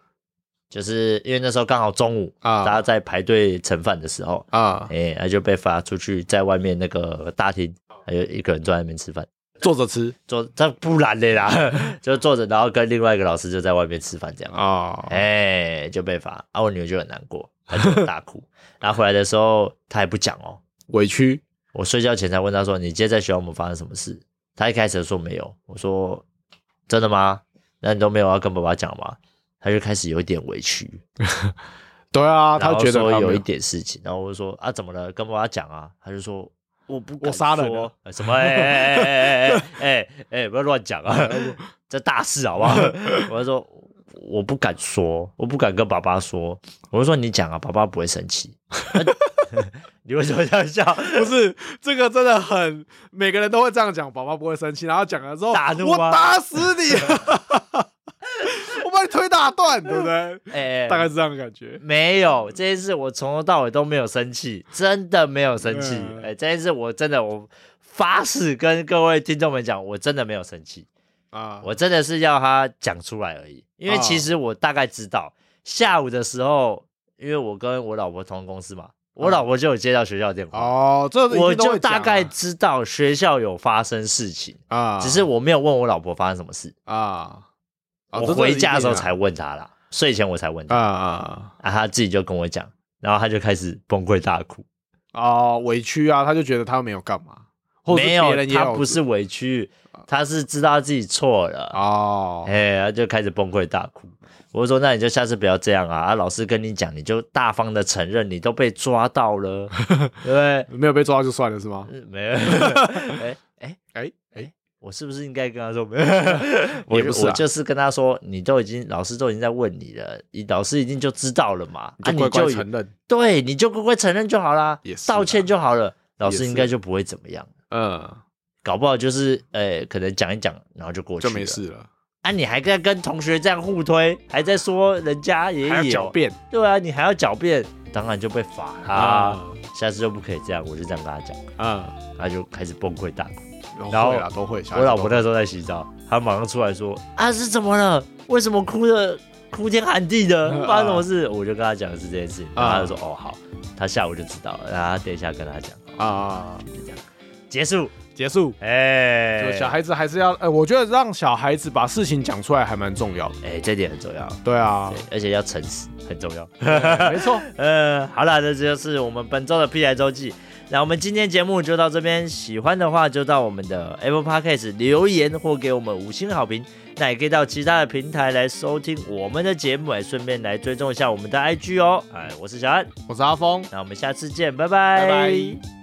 [SPEAKER 1] 就是因为那时候刚好中午
[SPEAKER 2] 啊
[SPEAKER 1] 大家在排队盛饭的时候，
[SPEAKER 2] 啊，
[SPEAKER 1] 哎、他就被罚出去在外面那个大厅，还有一个人坐在那边吃饭。
[SPEAKER 2] 坐着吃
[SPEAKER 1] 坐这不然的啦， 就坐着，然后跟另外一个老师就在外面吃饭这样。
[SPEAKER 2] 啊，
[SPEAKER 1] 哎、就被罚啊！我女儿就很难过，她就大哭。然后回来的时候，她还不讲哦。
[SPEAKER 2] 委屈
[SPEAKER 1] 我睡觉前才问她说：“你今天在学校我们发生什么事？”她一开始说没有，我说：“真的吗？那你都没有要跟爸爸讲吗？”她就开始有一点委屈，
[SPEAKER 2] 对啊，他
[SPEAKER 1] 然后
[SPEAKER 2] 觉得
[SPEAKER 1] 说
[SPEAKER 2] 他没
[SPEAKER 1] 有一点事情，然后我就说：“啊，怎么了？跟爸爸讲啊。”她就说。我不敢
[SPEAKER 2] 我杀人
[SPEAKER 1] 说
[SPEAKER 2] 了
[SPEAKER 1] 呃什么？哎哎哎哎哎哎哎！不要乱讲 啊，这大事好不 好？我就说我不敢说，我不敢跟爸爸说。我就说你讲啊，爸爸不会生 气。你为什么这样笑？
[SPEAKER 2] 不是这个真的很，每个人都会这样讲，宝宝不会生气，然后讲了之后，
[SPEAKER 1] 打怒
[SPEAKER 2] 我
[SPEAKER 1] 吗
[SPEAKER 2] 打 死你，我把你腿打断，对不对？
[SPEAKER 1] 哎、
[SPEAKER 2] 大概是这样的感觉。
[SPEAKER 1] 没有这件事，我从头到尾都没有生气，真的没有生气。
[SPEAKER 2] 嗯
[SPEAKER 1] 哎、这件事我真的我发誓跟各位听众们讲，我真的没有生气。
[SPEAKER 2] 啊，
[SPEAKER 1] 我真的是要他讲出来而已，因为
[SPEAKER 2] 哦
[SPEAKER 1] 其实我大概知道，下午的时候，因为我跟我老婆同公司嘛，我老婆就有接到学校电话，
[SPEAKER 2] 嗯哦，这一定
[SPEAKER 1] 我
[SPEAKER 2] 都
[SPEAKER 1] 就
[SPEAKER 2] 会讲啊
[SPEAKER 1] 大概知道学校有发生事情，
[SPEAKER 2] 啊，
[SPEAKER 1] 只是我没有问我老婆发生什么事，
[SPEAKER 2] 啊，啊
[SPEAKER 1] 我回家的时候才问她啦，睡前我才问
[SPEAKER 2] 啊
[SPEAKER 1] 她，
[SPEAKER 2] 啊
[SPEAKER 1] 啊，她自己就跟我讲，然后她就开始崩溃大哭，
[SPEAKER 2] 啊委屈啊，他就觉得他没有干嘛，或者是
[SPEAKER 1] 没
[SPEAKER 2] 别人也啊
[SPEAKER 1] 她不是委屈，她是知道自己错了，
[SPEAKER 2] 哦，
[SPEAKER 1] 哎，他就开始崩溃大哭。我就说：“那你就下次不要这样啊！啊，老师跟你讲，你就大方的承认你都被抓到了，对不对
[SPEAKER 2] 没有被抓就算了是吗？
[SPEAKER 1] 嗯？没有，哎哎，
[SPEAKER 2] 哎哎，
[SPEAKER 1] 我是不是应该跟他说 没有？我
[SPEAKER 2] 也不是啊
[SPEAKER 1] 我就是跟他说，你都已经老师都已经在问你了，你老师已经就知道了嘛，啊，
[SPEAKER 2] 就
[SPEAKER 1] 你
[SPEAKER 2] 乖乖
[SPEAKER 1] 就
[SPEAKER 2] 承认，
[SPEAKER 1] 对，你就乖乖承认就好啦
[SPEAKER 2] 也，是啊
[SPEAKER 1] 道歉就好了，老
[SPEAKER 2] 也
[SPEAKER 1] 师
[SPEAKER 2] 是
[SPEAKER 1] 应该就不会怎么样。”
[SPEAKER 2] 嗯，
[SPEAKER 1] 搞不好就是，哎，可能讲一讲，然后就过去
[SPEAKER 2] 就
[SPEAKER 1] 了，
[SPEAKER 2] 没事了，
[SPEAKER 1] 啊！你还在跟同学这样互推，还在说人家也
[SPEAKER 2] 还要
[SPEAKER 1] 有
[SPEAKER 2] 狡辩
[SPEAKER 1] 对啊，你还要狡辩，当然就被罚啦、
[SPEAKER 2] 啊
[SPEAKER 1] 下次就不可以这样，我就这样跟他讲，
[SPEAKER 2] 啊，
[SPEAKER 1] 他就开始崩溃大哭。
[SPEAKER 2] 都
[SPEAKER 1] 然后
[SPEAKER 2] 会啦，都会。小
[SPEAKER 1] 我
[SPEAKER 2] 孩
[SPEAKER 1] 老
[SPEAKER 2] 子
[SPEAKER 1] 婆
[SPEAKER 2] 都
[SPEAKER 1] 那时候在洗澡，她马上出来说：“啊，是怎么了？为什么哭的哭天喊地的？
[SPEAKER 2] 嗯
[SPEAKER 1] 发生什么事？”我就跟她讲的是这件事，然后她就说：“哦，好，她下午就知道了。”然后她等一下跟她讲，哦
[SPEAKER 2] 会啊，
[SPEAKER 1] 就这样结束。
[SPEAKER 2] 结束。
[SPEAKER 1] 哎、
[SPEAKER 2] 就小孩子还是要，呃，我觉得让小孩子把事情讲出来还蛮重要的。
[SPEAKER 1] 哎、这点很重要，
[SPEAKER 2] 对啊
[SPEAKER 1] 对，，而且要诚实，很重要。
[SPEAKER 2] 没错，
[SPEAKER 1] 呃，好了，那这就是我们本周的 P 台周记。那我们今天节目就到这边，喜欢的话就到我们的 Apple Podcast 留言或给我们五星好评。那也可以到其他的平台来收听我们的节目，也顺便来追踪一下我们的 IG 哦。哎，我是小安，
[SPEAKER 2] 我是阿峰，
[SPEAKER 1] 那我们下次见，拜
[SPEAKER 2] 拜拜